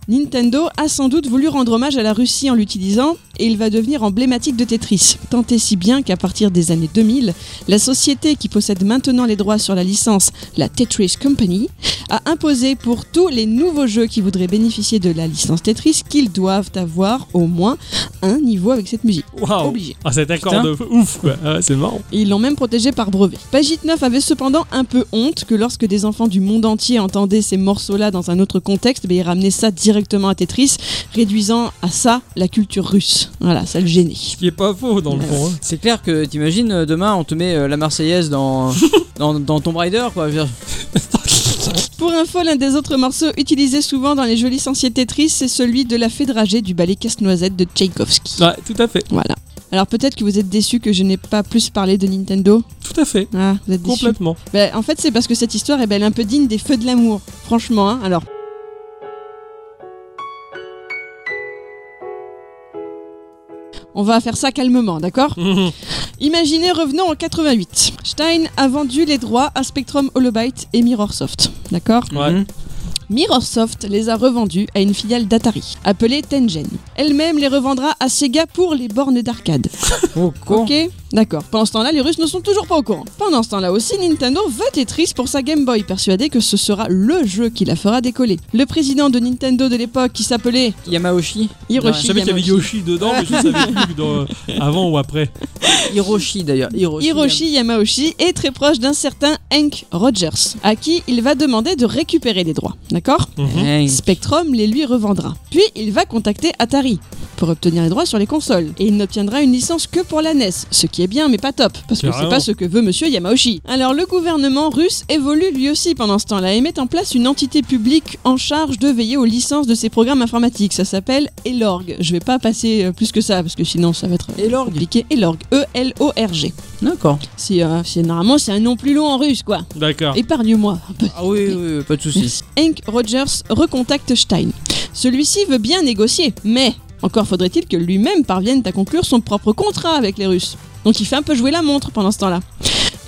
S3: Nintendo a sans doute voulu rendre hommage à la Russie en l'utilisant et il va devenir emblématique de Tetris. Tant et si bien qu'à partir des années 2000, la société qui possède maintenant les droits sur la licence, la Tetris Company, a imposé pour tous les nouveaux jeux qui voudraient bénéficier de la licence Tetris qu'ils doivent avoir au moins un niveau avec cette musique.
S2: Waouh.
S3: Obligé.
S2: Ah, cet accord
S4: Putain.
S2: de ouf, quoi. Ah ouais, c'est marrant.
S3: Et ils l'ont même protégé par brevet. Pagit 9 avait cependant un peu honte que lorsque des enfants du monde entier entendaient ces morceaux-là dans un autre contexte, ben, ils ramenaient ça directement à Tetris, réduisant à ça la culture russe. Voilà, ça le gênait.
S2: Qui est pas faux dans le fond. hein.
S4: C'est clair que t'imagines euh, demain on te met euh, la Marseillaise [LAUGHS] dans, dans, dans Tomb Raider quoi. Je veux dire,
S2: hein.
S4: [LAUGHS]
S3: Pour info, l'un des autres morceaux utilisés souvent dans les jeux licenciés Tetris, c'est celui de la fée dragée du ballet Casse-Noisette de Tchaïkovski.
S2: Ouais, tout à fait,
S3: Voilà. Alors peut-être que vous êtes déçus que je n'ai pas plus parlé de Nintendo.
S2: tout à fait,
S3: Ah, vous êtes déçus.
S2: complètement.
S3: Ben, en fait, c'est parce que cette histoire eh ben, elle est un peu digne des feux de l'amour. Franchement, hein. alors. On va faire ça calmement, d'accord
S2: [LAUGHS] Mhm.
S3: Imaginez, revenons en 88. Stein a vendu les droits à Spectrum Holobyte et Mirrorsoft, d'accord
S2: Ouais.
S4: Mhm.
S3: Mirrorsoft les a revendus à une filiale d'Atari, appelée Tengen. Elle-même les revendra à Sega pour les bornes d'arcade.
S4: Oh con.
S3: Ok D'accord. Pendant ce temps-là, les Russes ne sont toujours pas au courant. Pendant ce temps-là aussi, Nintendo veut Tetris pour sa Game Boy, persuadé que ce sera le jeu qui la fera décoller. Le président de Nintendo de l'époque, qui s'appelait
S4: Yamaoshi.
S2: Je
S3: Hiroshi
S2: savais qu'il y avait
S3: Yamauchi.
S2: Yoshi dedans, mais je savais plus dans- euh, avant ou après.
S4: Hiroshi d'ailleurs. Hiroshi.
S3: Hiroshi Yamauchi est très proche d'un certain Hank Rogers, à qui il va demander de récupérer les droits. D'accord
S2: Mhm.
S4: Hey.
S3: Spectrum les lui revendra. Puis il va contacter Atari pour obtenir les droits sur les consoles. Et il n'obtiendra une licence que pour la NES, ce qui est bien mais pas top, parce que c'est
S2: Carrément.
S3: pas ce que veut monsieur Yamauchi. Alors le gouvernement russe évolue lui aussi pendant ce temps-là et met en place une entité publique en charge de veiller aux licences de ses programmes informatiques. Ça s'appelle ELORG. Je vais pas passer euh, plus que ça, parce que sinon ça va être euh,
S4: Et l'orgue.
S3: compliqué. ELORG, E E-L-O-R-G.
S4: D'accord.
S3: C'est euh, c'est- normalement c'est un nom plus long en russe quoi.
S2: D'accord.
S3: Épargne-moi un peu.
S4: Ah oui, oui, oui, pas de soucis.
S3: Hank Rogers recontacte Stein. Celui-ci veut bien négocier, mais encore faudrait-il que lui-même parvienne à conclure son propre contrat avec les Russes. Donc il fait un peu jouer la montre pendant ce temps-là.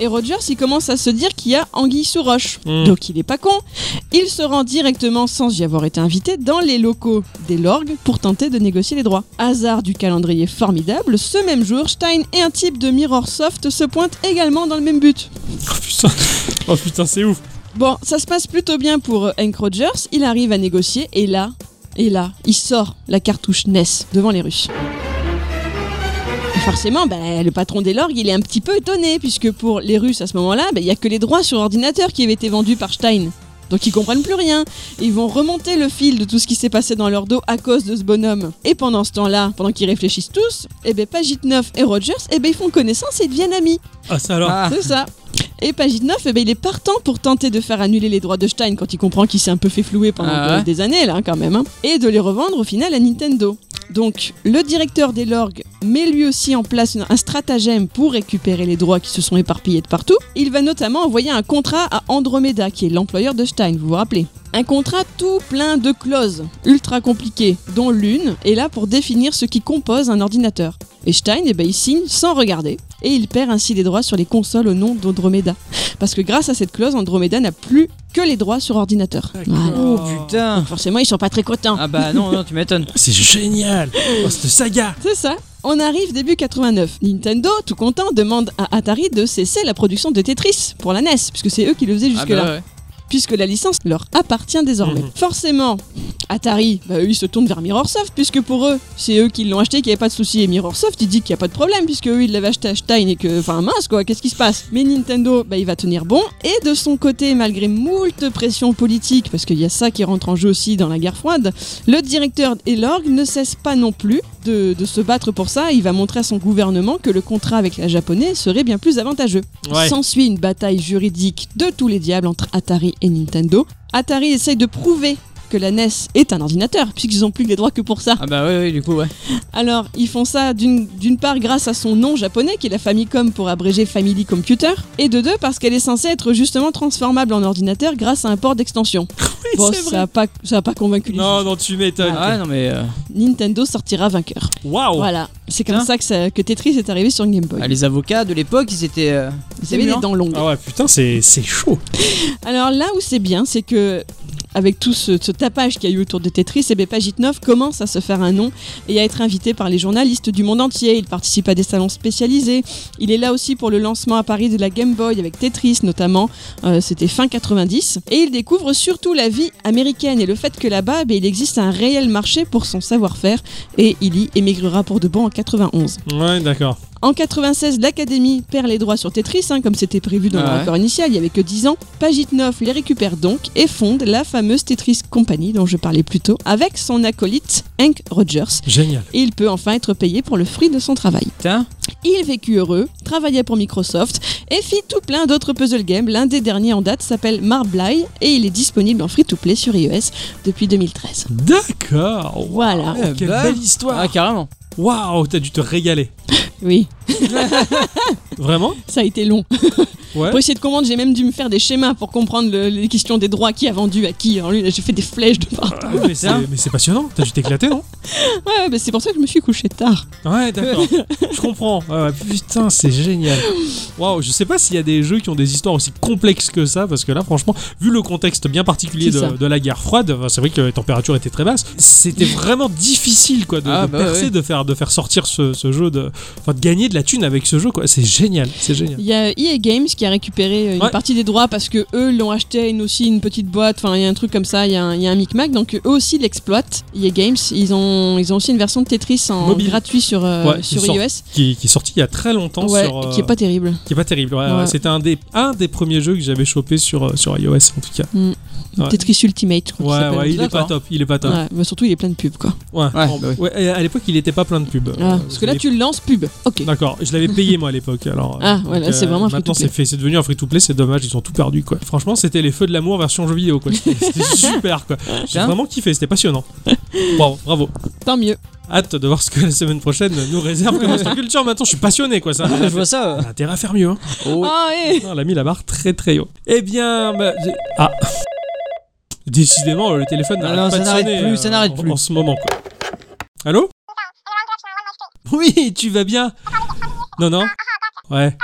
S3: Et Rogers, il commence à se dire qu'il y a anguille sous roche.
S2: Mm.
S3: Donc il est pas con. Il se rend directement, sans y avoir été invité, dans les locaux des Lorgues pour tenter de négocier les droits. Hasard du calendrier formidable, ce même jour, Stein et un type de Mirrorsoft se pointent également dans le même but.
S2: Oh putain, oh, putain c'est ouf.
S3: Bon, ça se passe plutôt bien pour euh, Hank Rogers. Il arrive à négocier et là, et là, il sort la cartouche NES devant les Russes. Et forcément, bah, le patron des Lorgues, il est un petit peu étonné puisque pour les Russes à ce moment-là, bah, il n'y a que les droits sur ordinateur qui avaient été vendus par Stein. Donc ils comprennent plus rien. Ils vont remonter le fil de tout ce qui s'est passé dans leur dos à cause de ce bonhomme. Et pendant ce temps-là, pendant qu'ils réfléchissent tous, eh ben Pagitnov et Rogers, eh ben ils font connaissance et deviennent amis.
S2: Ah ça alors.
S4: Ah,
S3: C'est ça. Et Pagitnov, eh ben, il est partant pour tenter de faire annuler les droits de Stein quand il comprend qu'il s'est un peu fait flouer pendant
S4: Ah ouais.
S3: de- des années, là, hein, quand même. hein. et de les revendre au final à Nintendo. Donc, le directeur des Lorgues met lui aussi en place une- un stratagème pour récupérer les droits qui se sont éparpillés de partout. Il va notamment envoyer un contrat à Andromeda, qui est l'employeur de Stein, vous vous rappelez un contrat tout plein de clauses, ultra compliquées, dont l'une est là pour définir ce qui compose un ordinateur. Et Stein, eh ben, il signe sans regarder, et il perd ainsi les droits sur les consoles au nom d'Andromeda. Parce que grâce à cette clause, Andromeda n'a plus que les droits sur ordinateur. Voilà.
S4: Oh putain
S3: Forcément, ils sont pas très contents.
S4: Ah bah non, non, tu m'étonnes.
S2: C'est génial. Oh, cette saga.
S3: C'est ça. On arrive début 89. Nintendo, tout content, demande à Atari de cesser la production de Tetris pour la NES, puisque c'est eux qui le faisaient
S4: Ah
S3: jusque-là.
S4: bah ouais.
S3: puisque la licence leur appartient désormais.
S2: Mhm.
S3: Forcément, Atari, bah, eux, ils se tournent vers Mirrorsoft, puisque pour eux, c'est eux qui l'ont acheté, qu'il n'y avait pas de souci. Et Mirrorsoft, il dit qu'il n'y a pas de problème, puisque eux, ils l'avaient acheté à Stein et que, enfin, mince quoi, qu'est-ce qui se passe Mais Nintendo, bah, il va tenir bon. Et de son côté, malgré moult pressions politiques, parce qu'il y a ça qui rentre en jeu aussi dans la guerre froide, le directeur et l'orgue ne cessent pas non plus de, de se battre pour ça. Il va montrer à son gouvernement que le contrat avec la japonaise serait bien plus avantageux.
S2: Ouais.
S3: S'ensuit une bataille juridique de tous les diables entre Atari et Nintendo. Atari essaye de prouver que la NES est un ordinateur, puisqu'ils n'ont plus les droits que pour ça.
S4: Ah bah ouais, ouais, du coup, ouais.
S3: Alors, ils font ça d'une d'une part grâce à son nom japonais, qui est la Famicom pour abréger Family Computer, et de deux parce qu'elle est censée être justement transformable en ordinateur grâce à un port d'extension. bon,
S2: [LAUGHS] c'est vrai.
S3: ça n'a pas, ça a pas convaincu les
S2: Non non tu m'étonnes.
S4: Ah ouais, non mais. euh,
S3: gens. Nintendo sortira vainqueur.
S2: Waouh.
S3: Voilà, c'est comme
S4: Putain.
S3: ça que, ça que Tetris est arrivé sur Game Boy.
S4: ah, les avocats de l'époque, ils étaient. euh,
S3: Vous avez
S4: mûrs,
S3: des
S4: hein.
S3: dents longues.
S2: Ah ouais putain c'est c'est chaud.
S3: Alors là où c'est bien, c'est que avec tout ce, ce tapage qu'il y a eu autour de Tetris, et Pagitnov commence à se faire un nom et à être invité par les journalistes du monde entier. Il participe à des salons spécialisés. Il est là aussi pour le lancement à Paris de la Game Boy avec Tetris notamment. Euh, C'était fin 90. Et il découvre surtout la vie américaine et le fait que là-bas, ben, il existe un réel marché pour son savoir-faire. Et il y émigrera pour de bon en 91.
S2: Ouais d'accord.
S3: En 96, l'Académie perd les droits sur Tetris, hein, comme c'était prévu dans
S4: Ah ouais.
S3: le record initial, il n'y avait que 10 ans. Pagitnov les récupère donc et fonde la fameuse Tetris Company dont je parlais plus tôt, avec son acolyte Hank Rogers.
S2: Génial.
S3: Et il peut enfin être payé pour le fruit de son travail.
S4: Putain.
S3: Il vécut heureux, travailla pour Microsoft et fit tout plein d'autres puzzle games. L'un des derniers en date s'appelle Marblai et il est disponible en free-to-play sur iOS depuis 2013.
S2: D'accord.
S3: Voilà.
S2: Waouh, quelle
S4: bah.
S2: belle histoire.
S4: Ah, carrément.
S2: Waouh t'as dû te régaler.
S3: Oui,
S2: Vraiment.
S3: ça a été long. [LAUGHS]
S2: Ouais.
S3: Pour essayer de comprendre, j'ai même dû me faire des schémas pour comprendre le- les questions des droits, qui a vendu à qui. Alors lui, là, j'ai fait des flèches de partout.
S2: Ah, mais c'est mais c'est passionnant. T'as dû t'éclater non?
S3: Ouais, ouais, bah, c'est pour ça que je me suis couché tard.
S2: Ouais,
S3: [LAUGHS]
S2: d'accord. je comprends. Ouais, ouais, putain, c'est génial. Waouh, je sais pas s'il y a des jeux qui ont des histoires aussi complexes que ça, parce que là, franchement, vu le contexte bien particulier
S3: C'est ça.
S2: de, de la guerre froide, enfin, c'est vrai que les températures étaient très basses. C'était vraiment difficile, quoi, de,
S4: Ah,
S2: de
S4: bah
S2: percer,
S4: ouais.
S2: de faire, de faire sortir ce, ce jeu, de, enfin, de gagner de la thune avec ce jeu, quoi. C'est génial, c'est génial.
S3: Il y a EA Games qui a récupéré euh, une
S2: Ouais.
S3: partie des droits parce que eux l'ont acheté à une aussi une petite boîte. Enfin, il y a un truc comme ça, il y, a un- il y a un micmac. Donc eux aussi l'exploitent. EA Games, ils ont, ils ont aussi une version de Tetris en
S2: Mobile.
S3: gratuit sur, euh,
S2: Ouais,
S3: sur
S2: qui sort
S3: iOS.
S2: Qui, qui est sorti il y a très longtemps
S3: Ouais,
S2: sur. euh,
S3: qui est pas terrible.
S2: qui est pas terrible. Ouais,
S3: Ouais.
S2: ouais, C'était un des, un des premiers jeux que j'avais chopé sur, euh, sur iOS, en tout cas. ouais.
S3: Tetris Ultimate, je crois qu'il
S2: Ouais,
S3: s'appelle.
S2: ouais, il est pas
S4: D'accord.
S2: top, il est pas top.
S3: Ouais, mais surtout il est plein de pubs quoi.
S2: Ouais.
S4: bah
S2: Ouais,
S4: oui.
S2: et à l'époque, il était pas plein de pubs.
S3: Ah,
S2: Euh,
S3: parce
S2: je
S3: que là
S2: l'ai
S3: tu lances pub. Ok.
S2: D'accord, je l'avais payé moi à l'époque. Alors, euh,
S3: Ah,
S2: donc,
S3: voilà, c'est vraiment un
S2: Maintenant,
S3: free-to-play.
S2: c'est fait, c'est devenu un free-to-play. C'est dommage, ils ont tout perdu quoi. Franchement, c'était les feux de l'amour version jeu vidéo
S3: [LAUGHS]
S2: quoi. C'était c'était super quoi. J'ai
S4: Hein
S2: vraiment kiffé, c'était passionnant. Bravo, bravo.
S3: Tant mieux.
S2: Hâte de voir ce que la semaine prochaine nous
S3: [LAUGHS]
S2: réserve comme instant culture. Maintenant, je suis passionné quoi. Ça.
S4: Ah, je vois ça. euh.
S2: On a intérêt à faire mieux. Hein.
S4: Oh.
S3: Ah ouais.
S2: Non, on a mis la barre très très haut. Eh bien, bah, j'ai- ah. Décidément, le téléphone
S4: Ah
S2: n'arrête pas
S4: non, ça
S2: de
S4: n'arrête
S2: sonner,
S4: plus, ça
S2: euh,
S4: n'arrête
S2: en-
S4: plus.
S2: en ce moment quoi. Allô Oui, tu vas bien Non, non. Ouais.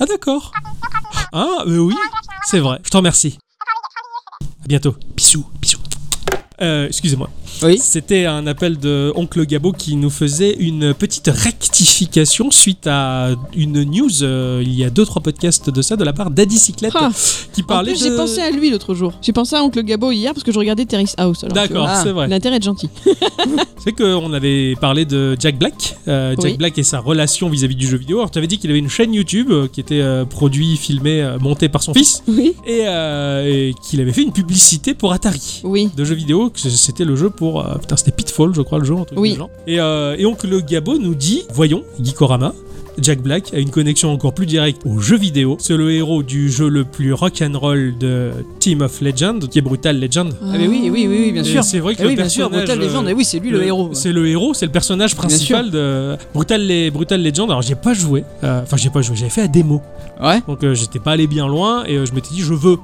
S2: Ah d'accord. Ah, mais oui, c'est vrai. Je te remercie. À bientôt. Bisous, bisous. Euh, excusez-moi.
S4: Oui.
S2: C'était un appel de Oncle Gabo qui nous faisait une petite rectification suite à une news euh, il y a 2-3 podcasts de ça de la part d'Adi Cyclette
S3: Ah,
S2: qui
S3: en
S2: parlait
S3: plus,
S2: de.
S3: j'ai pensé à lui l'autre jour. J'ai pensé à Oncle Gabo hier parce que je regardais Terrace House. alors, tu
S2: D'accord,
S4: Ah.
S2: c'est vrai.
S3: vois. L'intérêt est
S4: [LAUGHS]
S3: gentil.
S2: C'est qu'on avait parlé de Jack Black, euh, Jack
S3: Oui.
S2: Black et sa relation vis-à-vis du jeu vidéo. Alors, tu avais dit qu'il avait une chaîne YouTube euh, qui était euh, produit, filmé, euh, monté par son fils
S3: Oui.
S2: et, euh, et qu'il avait fait une publicité pour Atari.
S3: Oui.
S2: de jeux vidéo, que c'était le jeu pour... euh, putain, c'était Pitfall, je crois, le jeu, un truc
S3: Oui.
S2: du genre. Et, euh, et donc le Gabo nous dit, voyons, Gikorama, Jack Black a une connexion encore plus directe aux jeux vidéo. C'est le héros du jeu le plus rock'n'roll de Team of Legend, qui est Brutal Legend.
S4: Ah, mais oui, oui, oui, oui, bien
S2: Et
S4: sûr.
S2: C'est vrai que
S4: Eh
S2: le
S4: oui, bien sûr,
S2: personnage,
S4: Brutal Legend,
S2: euh,
S4: eh oui, c'est lui le, héros.
S2: C'est le héros, c'est le personnage principal de Brutal, les, Brutal Legend. Alors j'ai pas joué, euh, enfin j'ai pas joué, j'avais fait la démo.
S4: Ouais.
S2: Donc euh, j'étais pas allé bien loin et euh, je m'étais dit je veux.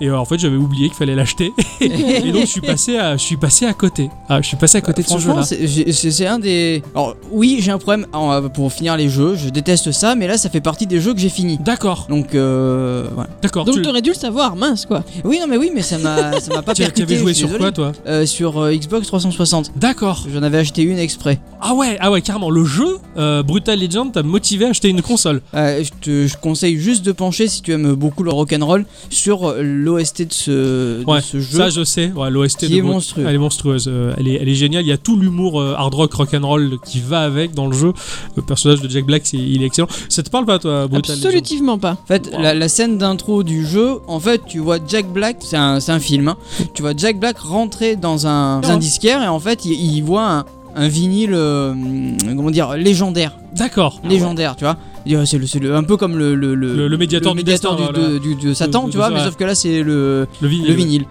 S2: Et euh, en fait j'avais oublié qu'il fallait l'acheter.
S4: [LAUGHS]
S2: et donc je suis passé à, je suis passé à côté. Ah, je suis passé à côté de ce
S4: Bah, Franchement,
S2: jeu-là.
S4: c'est- j'ai- c'est c'est un des. Alors, oui, j'ai un problème ah, pour finir les jeux, je déteste ça, mais là, ça fait partie des jeux que j'ai fini.
S2: D'accord,
S4: Donc, euh, voilà.
S2: d'accord.
S3: Donc
S2: tu
S3: t'aurais dû le savoir, mince quoi.
S4: Oui, non, mais oui, mais ça m'a ça m'a
S2: [LAUGHS]
S4: pas
S2: tu avais
S4: percuté.
S2: joué
S4: je suis
S2: sur
S4: désolé.
S2: quoi toi
S4: Euh, Sur euh, Xbox 360.
S2: D'accord.
S4: J'en avais acheté une exprès.
S2: Ah ouais, ah ouais, carrément. Le jeu euh, Brutal Legend t'a motivé à acheter une console.
S4: Euh, je te je conseille juste de pencher, si tu aimes beaucoup le rock'n'roll, sur euh, l'OST de ce, de
S2: Ouais,
S4: ce jeu.
S2: Ça je sais. Ouais, L'OST
S4: qui
S2: de
S4: est
S2: Brut-
S4: monstrueux.
S2: Elle est monstrueuse, euh, elle, est, elle est géniale. Il y a tout l'humour euh, hard rock, rock and roll qui va avec dans le jeu. Le personnage de Jack Black, c'est- il est excellent. Ça te parle pas, toi, Brutal Legend
S3: Absolument pas.
S4: En fait, la, la scène d'intro du jeu, en fait, tu vois Jack Black, c'est un, c'est un film, hein. tu vois Jack Black rentrer dans un, dans un disquaire et en fait, il, il voit un, un vinyle, euh, hum, comment dire, légendaire.
S2: Ah D'accord.
S4: légendaire, tu vois. Il dit, Ah, C'est le, c'est le- un peu comme le, le,
S2: Le- le médiateur du
S4: médiateur
S2: destin,
S4: de,
S2: voilà.
S4: du- de Satan,
S2: De-
S4: tu vois,
S2: de-
S4: mais
S2: ouais.
S4: sauf que là, c'est le,
S2: Le vinyle.
S4: le vinyle.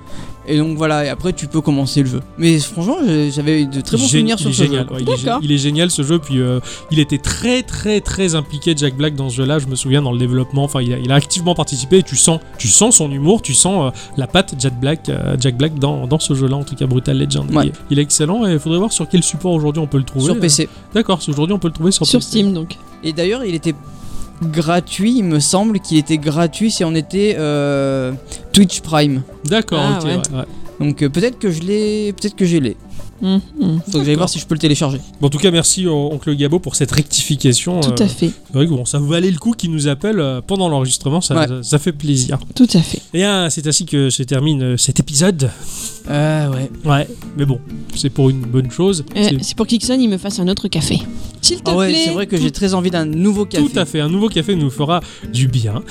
S4: Et donc voilà, et après, tu peux commencer le jeu. Mais franchement, j'ai- j'avais de très bons
S2: Gé-
S4: souvenirs
S2: il est
S4: sur ce
S2: génial,
S4: jeu.
S2: ouais, il, est gé-
S3: D'accord.
S2: il est génial ce jeu. Puis euh, il était très très très impliqué Jack Black dans ce jeu-là. Je me souviens dans le développement. Enfin, il a, il a activement participé. Et tu sens, tu sens son humour, tu sens euh, la patte Jack Black, euh, Jack Black dans, dans ce jeu-là. En tout cas, Brutal Legend.
S4: Ouais.
S2: Il, est- il est excellent. Et il faudrait voir sur quel support aujourd'hui on peut le trouver.
S4: Sur PC.
S2: D'accord. Aujourd'hui, on peut le trouver sur,
S3: Sur
S2: PC.
S3: Steam donc.
S4: Et d'ailleurs, il était gratuit, il me semble qu'il était gratuit si on était euh, Twitch Prime.
S2: D'accord.
S3: Ah,
S2: ok,
S3: ouais.
S2: ouais, ouais.
S4: Donc euh, peut-être que je l'ai, peut-être que j'ai l'ai.
S3: Hum, hum.
S4: Faut que j'aille voir si je peux le télécharger.
S2: Bon, en tout cas, merci euh, oncle Gabo pour cette rectification.
S3: Tout
S2: euh,
S3: à fait,
S2: C'est vrai que bon, ça valait le coup qu'il nous appelle euh, pendant l'enregistrement. Ça,
S4: Ouais.
S2: ça- ça fait plaisir.
S3: tout à fait.
S2: Et euh, c'est ainsi que se termine euh, cet épisode.
S4: Ah ouais.
S2: Ouais, mais bon, c'est pour une bonne chose.
S3: Euh,
S2: C'est-
S3: C'est pour qu'Ixon il me fasse un autre café. S'il te
S4: Ah ouais,
S3: plaît.
S4: c'est vrai que j'ai très envie d'un nouveau café.
S2: Tout à fait, un nouveau café nous fera du bien.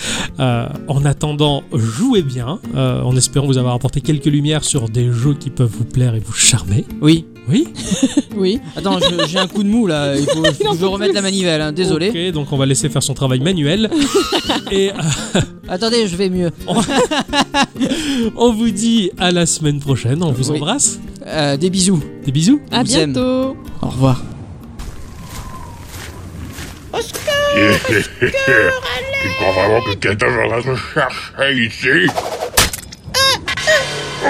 S2: Euh, en attendant, jouez bien, euh, en espérant vous avoir apporté quelques lumières sur des jeux qui peuvent vous plaire et vous charmer.
S4: Oui.
S2: Oui
S3: Oui.
S4: Attends, je- j'ai un coup de mou là. Il
S3: [LAUGHS]
S4: faut, faut que je remette la manivelle. hein, Désolé.
S2: Ok, donc on va laisser faire son travail
S4: [LAUGHS]
S2: manuel. et euh,
S4: Attendez, je vais mieux.
S2: on vous dit à la semaine prochaine, on vous
S4: Oui.
S2: embrasse.
S4: Euh, des bisous.
S2: Des bisous
S3: À
S4: vous aime.
S3: bientôt.
S4: Au revoir.
S5: Tu crois vraiment que quelqu'un viendra te chercher ici Oh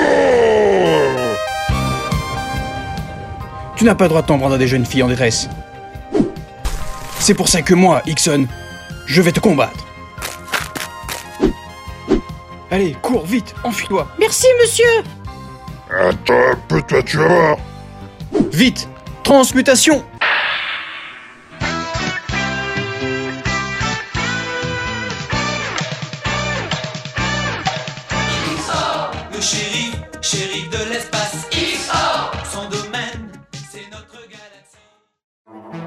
S6: Tu n'as pas le droit de t'en prendre à des jeunes filles en détresse. C'est pour ça que moi, Ixon, je vais te combattre. Allez, cours, vite, enfuis-toi,
S5: Attends un peu, toi tu vas voir
S6: vite Transmutation
S7: Le shérif, shérif de l'espace. Il sort Son domaine, c'est notre galaxie.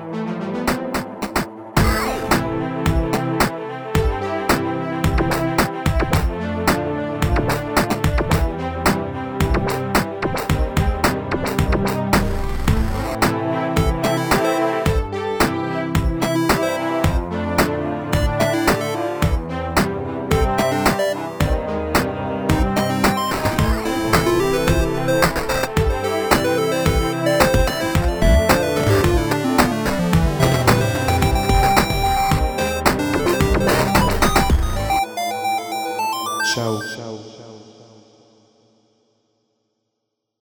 S8: Ciao. Ciao.